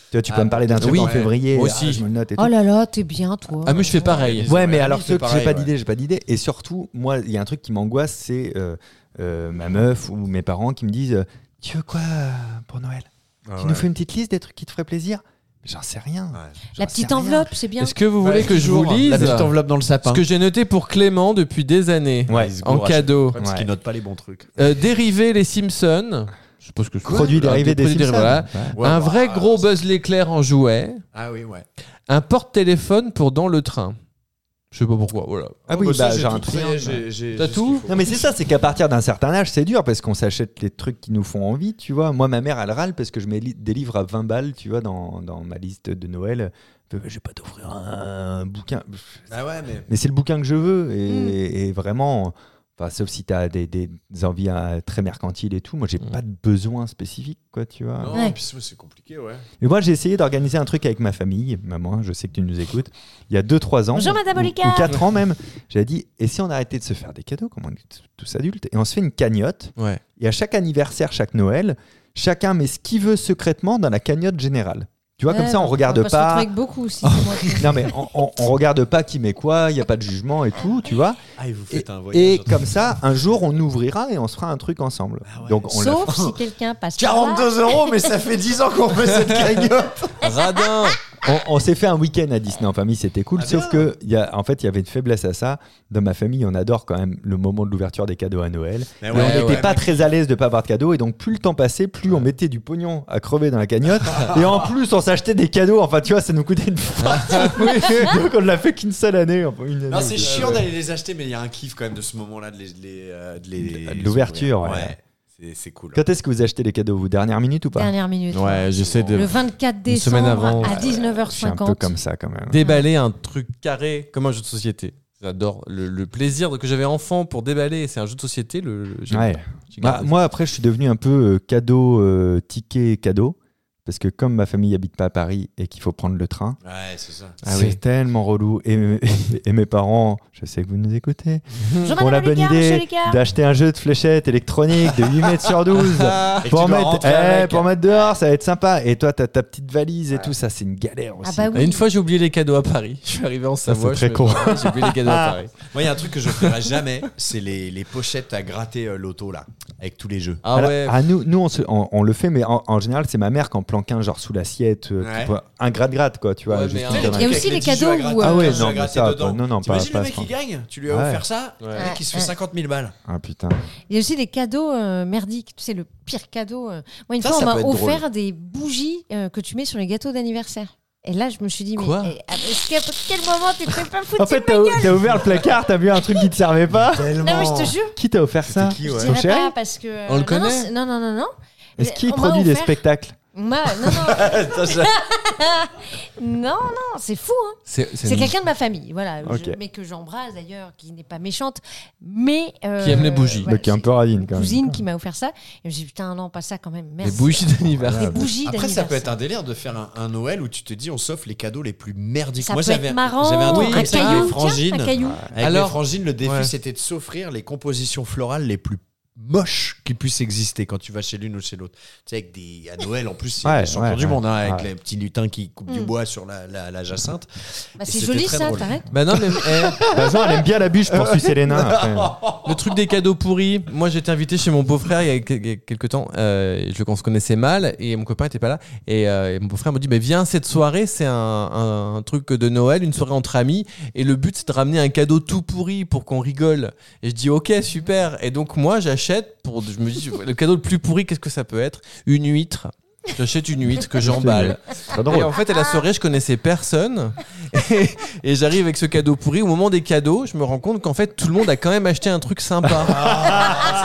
C: Tu vois, tu
A: Ah,
C: peux me parler d'un truc
D: oui.
C: en
A: Ouais.
C: février.
D: Moi
C: ah,
D: aussi.
C: je me le note et
E: Oh
C: tout.
E: là là, t'es bien, toi.
D: Ah, mais je fais pareil.
C: Ouais,
A: Ouais,
C: mais
A: la
C: alors
A: liste,
C: ceux
A: Bah, c'est
C: que j'ai
A: pareil,
C: pas
A: ouais.
C: d'idée, j'ai pas d'idée. Et surtout, moi, il y a un truc qui m'angoisse, c'est euh, euh, ma meuf ou mes parents qui me disent euh, Tu veux quoi euh, pour Noël
A: Ah
C: Tu nous fais une petite liste des trucs qui te feraient plaisir J'en sais rien.
E: La
C: J'en sais
E: petite
C: rien.
E: enveloppe, c'est bien.
D: Est-ce que vous voulez que je vous lise
A: La petite enveloppe dans le
D: ce
A: sapin.
D: que j'ai noté pour Clément depuis des années
C: Ouais.
A: Il se
D: en
A: gourre à chaque
D: cadeau
A: fois, Parce
C: Ouais.
A: qu'ils notent pas les bons trucs.
D: Euh, Dérivé les Simpsons. Je suppose que c'est-
C: Produit
A: Ah,
D: Voilà,
C: dérivé des
D: produits
C: Simpsons.
D: dérivés, voilà.
A: Ouais,
D: un
A: bah,
D: vrai
A: euh,
D: gros Buzz l'éclair en jouet.
A: Ah oui, ouais.
D: Un porte-téléphone pour dans le train. Je sais pas pourquoi, voilà.
C: Ah oui,
A: bah, ça,
C: bah,
A: j'ai
C: j'ai un
A: tout, ça y est,
C: triangle.
A: j'ai- j'ai-
D: T'as
A: j'ai ce
D: tout
A: qu'il faut.
C: Non mais c'est ça, c'est qu'à partir d'un certain âge, c'est dur parce qu'on s'achète les trucs qui nous font envie, tu vois. Moi, ma mère, elle râle parce que je mets li- des livres à 20 balles, tu vois, dans, dans ma liste de Noël. Euh, Je vais pas t'offrir un, un bouquin.
A: Ah ouais, mais.
C: Mais c'est le bouquin que je veux et, et vraiment, enfin, sauf si t'as des, des envies euh, très mercantiles et tout. Moi, j'ai
D: Mm.
C: pas de besoin spécifique, quoi, tu vois.
A: Non,
E: Ouais.
A: puis c'est c'est compliqué, ouais.
C: Mais moi, j'ai essayé d'organiser un truc avec ma famille. Maman, je sais que tu nous écoutes. Il y a 2-3 ans.
E: Bonjour, madame
C: ou-
E: Olicard.
C: Ou 4 ans même. J'avais dit et si on arrêtait de se faire des cadeaux, comme on est t- tous adultes, et on se fait une cagnotte.
D: Ouais.
C: Et à chaque anniversaire, chaque Noël, chacun met ce qu'il veut secrètement dans la cagnotte générale. Tu Tu
E: Eh
C: vois, comme
E: bah,
C: ça, on regarde
E: Euh, va se retrouver
C: pas.
E: avec beaucoup si c'est moi qui-
C: Non, mais on, on- on regarde pas qui met quoi, il n'y a pas de jugement et tout, tu vois.
A: Ah, et vous
C: Et,
A: faites un voyage.
C: et comme ça, un jour, on ouvrira et on se fera un truc ensemble.
A: Ah ouais.
C: Donc, on l'a-
E: Sauf si quelqu'un passe par là.
A: 42 euros, mais ça fait 10 ans qu'on fait cette cagnotte.
D: Radin
C: on, on s'est fait un week-end à Disney en famille, c'était cool.
A: Ah,
C: sauf
A: bien.
C: que, il y a, en fait, il y avait une faiblesse à ça. Dans ma famille, on adore quand même le moment de l'ouverture des cadeaux à Noël.
A: Mais
C: Mais
D: ouais,
C: on n'était
D: ouais,
C: pas très à l'aise de pas avoir de cadeaux et donc plus le temps passait, plus on mettait du pognon à crever dans la cagnotte et en plus on s'achetait des cadeaux. Enfin, tu vois, ça nous coûtait une fortune. donc on l'a fait qu'une seule année. enfin, une année.
A: Non, c'est chiant d'aller les acheter, mais il y a un kiff quand même de ce moment-là de les. de les, euh, de les-
C: De l'ouverture,
A: Ouais.
C: ouais.
A: C'est- C'est cool.
C: Quand est-ce que vous achetez les cadeaux Vous dernière minute ou pas
E: Dernière minute.
D: Ouais, j'essaie
E: Le
D: de
E: 24
D: Une
E: décembre
D: semaine avant.
E: à
C: Je suis un peu
E: 19h50.
C: comme ça quand même.
D: déballer un truc carré comme un jeu de société. J'adore le, le plaisir que j'avais enfant pour déballer. C'est un jeu de société. Le, le- j'ai-
C: Ouais.
D: j'ai
C: Bah,
D: gardé ça.
C: moi, après, je suis devenu un peu euh, cadeau, euh, ticket, cadeau. Parce que comme ma famille habite pas à Paris et qu'il faut prendre le train,
A: Ouais, c'est ça.
D: Ah
C: c'est
D: oui.
C: tellement relou. Et, me- et mes parents, je sais que vous nous écoutez,
E: Jean-Marie
C: ont la bonne
E: Lucas, Michel
C: idée
E: Lucas.
C: d'acheter un jeu de fléchettes électronique de 8 mètres sur 12.
A: Et que
C: Pour
A: tu dois
C: mettre,
A: rentrer
C: eh,
A: avec.
C: pour mettre dehors, ça va être sympa. Et toi, t'as ta petite valise et tout, ça, c'est une galère
E: Ah
C: aussi.
E: bah oui.
D: Une fois, j'ai oublié les cadeaux à Paris. Je suis arrivé en
C: Ça,
D: Savoie.
C: c'est très
D: je me-
C: con.
D: J'ai oublié les cadeaux
C: Ah.
D: à Paris.
A: Moi, il y a un truc que je ferai jamais, c'est les, les pochettes à gratter euh, l'auto, là, avec tous les jeux.
D: Ah
C: Alors,
D: ouais.
C: ah, nous, nous on, se- on- on le fait, mais en, en général, c'est ma mère qui en planque un genre sous l'assiette, euh,
A: Ouais.
C: type, un gratte-gratte, quoi, tu vois.
D: Ouais,
C: juste
D: mais un-
C: une
D: Il y a
E: Il y a
C: gratte-gratte.
E: aussi les
A: Avec les petits jeux à
E: cadeaux
A: gratter.
E: où, euh,
C: ah ouais,
A: jeux
C: non,
A: à
C: mais
A: gratter
C: ça,
A: dedans.
C: pas- non, non, pas,
A: T'imagines
C: pas
A: le
C: à
A: mec
C: ce
A: qui
C: point.
A: gagne Tu lui as
C: Ouais.
A: offert ça
D: Ouais.
A: Le mec, il se fait
E: Ouais.
A: 50 000 balles.
C: Ah putain.
E: Il y a aussi des cadeaux euh, merdiques. Tu sais, le pire cadeau. euh. Moi, une
A: Ça,
E: fois,
A: ça
E: on
A: peut
E: m'a
A: être drôle.
E: offert des bougies euh, que tu mets sur les gâteaux d'anniversaire. Et là, je me suis dit, mais
D: Quoi
E: eh, à quel, à quel moment t'es t'es pas foutu
C: En fait, t'as t'as ouvert le placard, t'as vu un truc qui te servait pas.
E: Non, mais je te jure,
C: Qui t'a offert ça
A: qui,
E: je
A: ouais
C: Ton
E: dirais
C: chéri
E: pas parce que. euh,
D: On le
E: non,
D: connaît
E: non, c'est- Non, non, non, non.
C: Est-ce
E: Mais
C: qu'il
E: on m'a
C: produit des
E: offert-
C: spectacles
E: Moi, non, non, non, non, c'est fou. hein.
D: C'est c'est
E: C'est
D: une-
E: quelqu'un de ma famille, voilà, je-
C: Ok.
E: mais que j'embrasse d'ailleurs, qui n'est pas méchante, mais euh,
D: Qui aime les bougies.
C: Bah,
E: voilà,
C: Qui est un
E: c'est
C: peu radine
E: une
C: quand même.
E: cousine qui m'a offert ça. Et je me suis dit, putain, non, pas ça quand même.
D: les
E: Merci.
D: bougies d'anniversaire.
E: Les bougies
A: Après, ça
E: d'anniversaire.
A: peut être un délire de faire un, un Noël où tu te dis on s'offre les cadeaux les plus merdiques.
E: Ça
A: Moi,
E: peut
A: j'avais
E: être marrant,
A: j'avais un truc
E: un,
A: comme ça avec
E: caillou,
A: les
E: tiens, un
A: frangines.
E: caillou.
A: Avec
D: Alors-
A: les frangines, le défi,
D: Ouais.
A: c'était de s'offrir les compositions florales les plus moches qui puissent exister quand tu vas chez l'une ou chez l'autre. Tu sais, avec des, à Noël, en plus, c'est
C: Ouais,
A: les champions
C: ouais,
A: du
C: ouais.
A: monde, hein, avec
C: Ouais.
A: les petits lutins qui coupent du
E: Mm.
A: bois sur la, la, la jacinthe.
E: Bah,
A: Et
E: c'est
A: c'était
E: joli
A: très
E: ça,
A: drôle.
E: t'arrêtes.
D: Bah non, mais eh,
C: Bah, genre, elle aime bien la bûche pour sucer les nains. après.
D: Le truc des cadeaux pourris. Moi, j'étais invité chez mon beau-frère il y a quel- quel- quelques temps. Euh, je, on se connaissait mal et mon copain était pas là. Et, euh, et mon beau-frère m'a dit mais Viens à cette soirée, c'est un, un- un truc de Noël, une soirée entre amis. Et le but, c'est de ramener un cadeau tout pourri pour qu'on rigole. Et je dis Ok, super. Et donc, moi, j'achète pour. Je me dis Le cadeau le plus pourri, qu'est-ce que ça peut être Une huître. J'achète une huître que j'emballe.
C: C'est pas
D: Et
C: drôle.
D: en fait, à la soirée, je connaissais personne. Et, et j'arrive avec ce cadeau pourri. Au moment des cadeaux, je me rends compte qu'en fait, tout le monde a quand même acheté un truc
C: Ah,
D: sympa.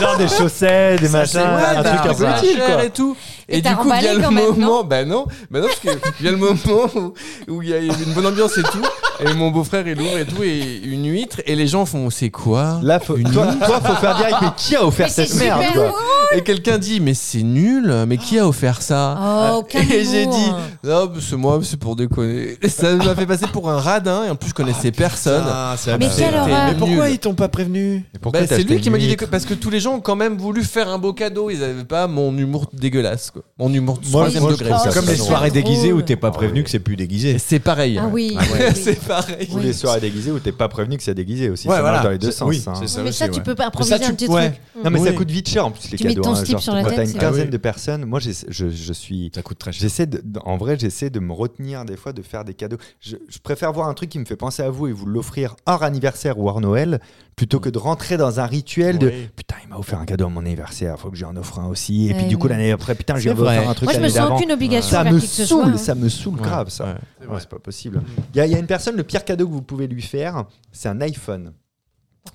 C: Genre des chaussettes, des machins, un
D: bah,
C: truc un peu
D: pas
C: utile
D: cher
C: quoi.
D: Et, tout.
E: Et
D: et,
E: t'as
D: du coup,
E: emballé
D: vient le
E: quand même, non
D: moment. Bah non, bah non, parce que vient le moment où- où il y a une bonne ambiance et tout. Et mon beau-frère, il ouvre et tout, et une huître. Et les gens font C'est quoi
C: Là, faut, toi, toi, faut faire direct, mais qui a offert
E: Mais c'est
C: cette merde
E: super
C: quoi
E: drôle.
D: Et quelqu'un dit Mais c'est nul, mais qui a offert ça
E: Oh, aucun
D: Et j'ai
E: humour.
D: dit, non, c'est moi, c'est pour déconner. Et ça m'a fait passer pour un radin, et en plus, je connaissais personne.
A: Ah, c'est
E: Mais
A: abusé.
E: quelle horreur
D: Mais pourquoi
A: ils t'ont pas prévenu
D: Bah, c'est lui qui m'a dit des co- parce que tous les gens ont quand même voulu faire un beau cadeau, ils avaient pas mon humour dégueulasse quoi. Mon humour de
A: Moi,
D: troisième
A: moi, je
D: degré.
E: trouve
D: ça,
E: que
A: Comme
D: c'est
A: les
D: pas
E: drôle.
A: soirées déguisées où t'es pas
C: Ah,
A: prévenu
C: oui.
A: que c'est plus
D: drôle.
A: déguisé.
D: C'est pareil.
E: Ah
D: ouais.
E: oui. oui.
D: c'est pareil.
C: Ou les soirées déguisées où t'es pas prévenu que c'est déguisé aussi.
A: Ouais,
C: ça marche
A: voilà.
C: dans les deux
A: C'est-
C: sens.
A: oui,
C: hein.
A: c'est ça.
E: Mais ça,
A: aussi,
E: tu
A: ouais.
E: peux
A: Mais ça,
E: improviser un
A: tu-
E: petit
A: ouais.
E: truc. Mm.
C: Non, mais ça
A: Oui.
C: coûte vite cher en plus les
E: Tu mets
C: cadeaux.
E: ton
C: hein,
E: slip
C: genre,
E: sur la
C: moi,
E: tête,
C: t'as
E: c'est-
C: une
E: Ah
C: quinzaine
A: oui.
C: de personnes. Moi, j'essa- je, je suis.
A: Ça coûte très cher.
C: J'essaie de- en vrai, j'essaie de me retenir des fois de faire des cadeaux. Je, je préfère voir un truc qui me fait penser à vous et vous l'offrir hors anniversaire ou hors Noël plutôt que de rentrer dans un rituel de putain, il m'a offert un cadeau à mon anniversaire, faut que j'en offre un aussi. Et
E: Ouais,
C: puis du coup,
E: ouais.
C: l'année après, putain, j'ai
A: C'est vrai.
C: offert un truc
E: Euh, Moi, je me
C: l'année
E: sens
C: d'avant.
E: aucune obligation
C: Ça
E: envers
C: me
E: qui que ce soit,
C: saoule,
E: hein.
C: ça me saoule grave ça.
D: Ouais.
C: Ouais, c'est pas possible. Il y, a- il y a une personne, le pire cadeau que vous pouvez lui faire, c'est un iPhone.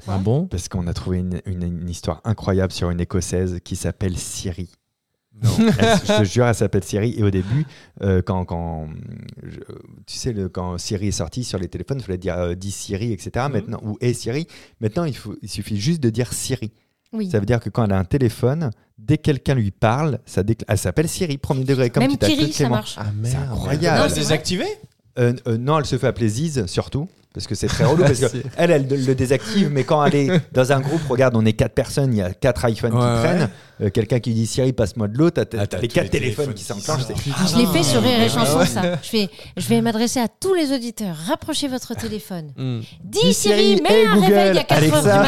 D: Ah bon
C: Parce qu'on a trouvé une, une- une histoire incroyable sur une Écossaise qui s'appelle Siri. Elle- je te jure, elle s'appelle Siri. Et au début, euh, quand, quand je- tu sais, le- quand Siri est sorti sur les téléphones, il fallait dire euh, dis Siri, etc. Maintenant, ou hey Siri. Maintenant, il, faut, il suffit juste de dire Siri.
E: Oui.
C: Ça veut dire que quand elle a un téléphone, dès que quelqu'un lui parle, ça décl- elle s'appelle Siri, premier degré, comme tu
E: Même
C: t'appelles
E: Kiri, ça
C: Clément.
E: marche.
D: Ah
C: C'est
D: merde.
C: incroyable.
E: Non,
A: Désactivé
C: Euh, euh, non, elle se fait appeler Ziz surtout. Parce que c'est très relou. parce que
D: Si.
C: elle, elle le désactive, mais quand elle est dans un groupe, regarde, on est quatre personnes, il y a quatre iPhones
G: Ouais,
C: qui
G: ouais.
C: traînent. euh, Quelqu'un qui dit Siri, passe-moi de l'eau. T'as t'as
G: Ah, t'as
C: les
G: tous
C: quatre
G: les
C: téléphones qui
G: téléphones qui
C: s'enclenchent. c'est-
E: Ah, Je l'ai fait sur Rire et Chanson, ça. Je, fais, je vais m'adresser à tous les auditeurs. Rapprochez votre téléphone.
D: Hmm.
E: Dis Siri, mets
C: hey,
E: un
C: Google,
E: réveil à 4h du
C: Alexa.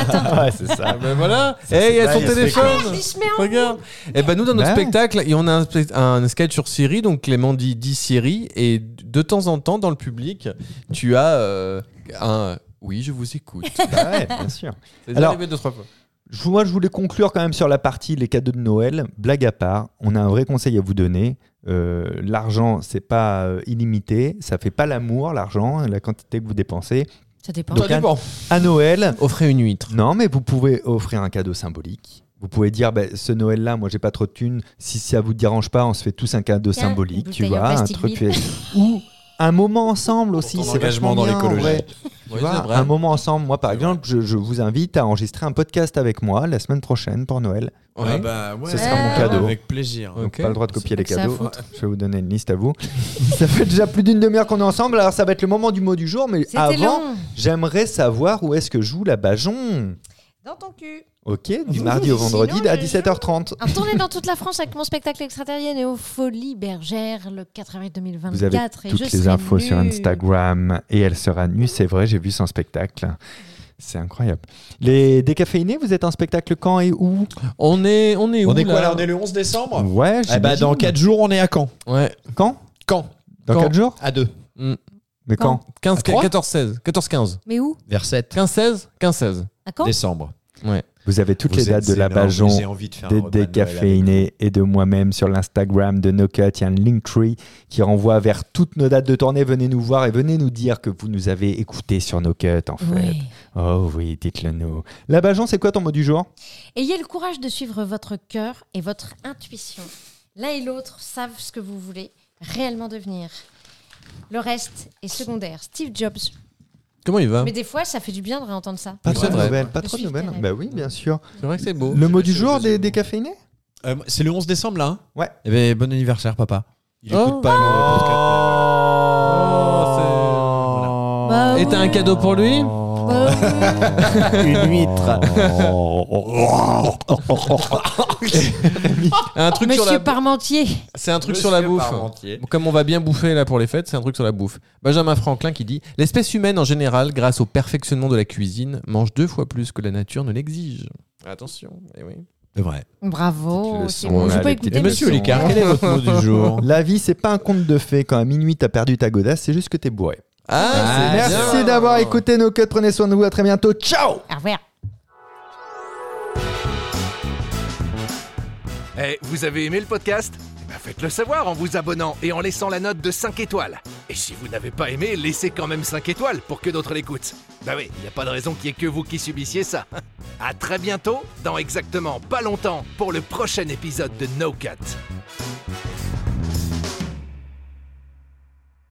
E: matin.
C: Ouais, c'est ça.
D: Ben voilà, Eh,
C: c'est
D: il y a
C: dingue,
D: son
C: ce
D: téléphone.
E: Je mets un-
D: Regarde. Et ben nous dans notre
C: Ouais.
D: spectacle, et on a un, spe- un sketch sur Siri, donc Clément dit, dit Siri, et de temps en temps dans le public, tu as euh, un oui, je vous écoute.
C: Bah ouais, bien sûr.
D: C'est
C: Alors-
D: arrivé deux trois fois.
C: Je- Moi, je voulais conclure quand même sur la partie les cadeaux de Noël. Blague à part, on a un vrai conseil à vous donner. Euh, l'argent, c'est pas euh, illimité, ça fait pas l'amour, l'argent, la quantité que vous dépensez.
E: Ça dépend.
C: Donc,
D: Ça dépend.
C: À Noël,
D: Offrez une huître.
C: non, mais vous pouvez offrir un cadeau symbolique. Vous pouvez dire, ben, ce Noël-là, moi, j'ai pas trop de thunes. Si ça vous dérange pas, on se fait tous un cadeau
E: Tiens,
C: symbolique,
E: une
C: tu
E: bouteille en
C: vois, un
E: plastique
C: truc.
E: vide.
C: fait- Ou un moment ensemble aussi.
A: ton
C: c'est vachement
A: engagement dans
C: bien, en
A: l'écologie.
C: vrai. Tu
D: Oui,
C: vois,
D: c'est vrai.
C: un moment ensemble. Moi, par exemple, je, je vous invite à enregistrer un podcast avec moi la semaine prochaine pour Noël.
D: Ouais.
G: Ah bah, ouais.
C: Ce sera mon cadeau.
A: Avec plaisir.
D: Ouais.
C: Donc,
D: Ok.
C: pas le droit de copier les
E: pas que ça à
C: cadeaux.
E: foutre.
C: Je vais vous donner une liste à vous. ça fait déjà plus d'une demi-heure qu'on est ensemble, alors ça va être le moment du mot du jour. Mais
E: C'était
C: avant,
E: long.
C: j'aimerais savoir où est-ce que joue la Bajon.
E: Dans ton cul.
C: Ok, du mardi au vendredi
E: Sinon,
C: à
E: je
C: 17h30.
E: En tournée dans toute la France avec mon spectacle extraterrien et aux Folies Bergères le 4 avril 2024.
C: Vous avez
E: et je
C: toutes les
E: serai
C: infos sur
E: nue.
C: Instagram et elle sera nue, c'est vrai, j'ai vu son spectacle. C'est incroyable. Les décaféinés, vous êtes en spectacle quand et où
D: On est on est où
A: On est quoi
D: là
A: là On est le 11 décembre
C: Ouais,
A: Eh bah, dans 4 jours, on est à Caen.
D: Ouais.
C: Quand
A: Caen.
C: Dans
D: Quand
C: 4 jours
A: À 2.
C: Mais quand,
D: 15
A: trois
D: 14 16, 14 15.
E: Mais où
A: Vers 7
D: 15 16, 15 16.
E: À quand
A: décembre.
C: Vous avez toutes
A: Vous
C: les
A: êtes
C: dates de la
A: énorme,
C: Bajon.
A: j'ai envie de faire un
C: des
A: repas de Noël avec
C: décaféinés et de moi-même sur l'Instagram de No Cut. Il y a un Linktree qui renvoie vers toutes nos dates de tournée. Venez nous voir et venez nous dire que vous nous avez écoutés sur No Cut, en fait.
E: Ouais.
C: Oh oui, dites-le nous. La Bajon, c'est quoi ton mot du jour
E: Ayez le courage de suivre votre cœur et votre intuition. L'un et l'autre savent ce que vous voulez réellement devenir. Le reste est secondaire. Steve Jobs.
D: Comment il va Ah.
E: Mais des fois, ça fait du bien de réentendre ça.
C: Pas
D: Oui,
C: trop de
D: c'est vrai.
C: nouvelles. Pas
E: Je
C: trop de
E: suis
C: nouvelles.
E: carré.
C: Bah oui, bien sûr.
D: C'est vrai que c'est beau.
C: Le mot
A: lâché
C: du
A: le
C: jour
A: deuxième
C: des
A: mot.
C: décaféinés
A: Euh, c'est le 11 décembre là hein
C: Ouais.
A: Eh ben, bon anniversaire, papa.
G: Il écoute
D: Oh.
G: pas le podcast.
E: Bah
D: Et t'as un
E: oui.
D: cadeau pour lui
G: Oh.
E: Bah oui.
C: Une huître.
D: Un truc sur
E: Monsieur
D: la
E: Parmentier.
D: c'est un truc sur la bouffe. Comme on va bien bouffer là pour les fêtes, c'est un truc sur la bouffe. Benjamin Franklin qui dit L'espèce humaine en général, grâce au perfectionnement de la cuisine, mange deux fois plus que la nature ne l'exige. Attention, eh oui.
A: C'est vrai.
E: Bravo.
C: Petites
E: c'est
C: leçons,
E: bon,
C: là,
E: j'ai pas
C: les
E: écouté.
C: petites
E: mais-
A: Monsieur Olicard, quel est votre mot du jour
C: La vie, c'est pas un conte de fées. Quand à minuit, t'as perdu ta godasse, c'est juste que t'es bourré.
D: Ah, c'est
C: Merci
D: bien.
C: d'avoir écouté nos cuts. Prenez soin de vous. À très bientôt. Ciao
E: Au revoir.
H: Eh, vous avez aimé le podcast Eh ben, Faites-le savoir en vous abonnant et en laissant la note de 5 étoiles. Et si vous n'avez pas aimé, laissez quand même 5 étoiles pour que d'autres l'écoutent. Bah oui, il n'y a pas de raison qu'il y ait que vous qui subissiez ça. À très bientôt, dans exactement pas longtemps, pour le prochain épisode de No Cut.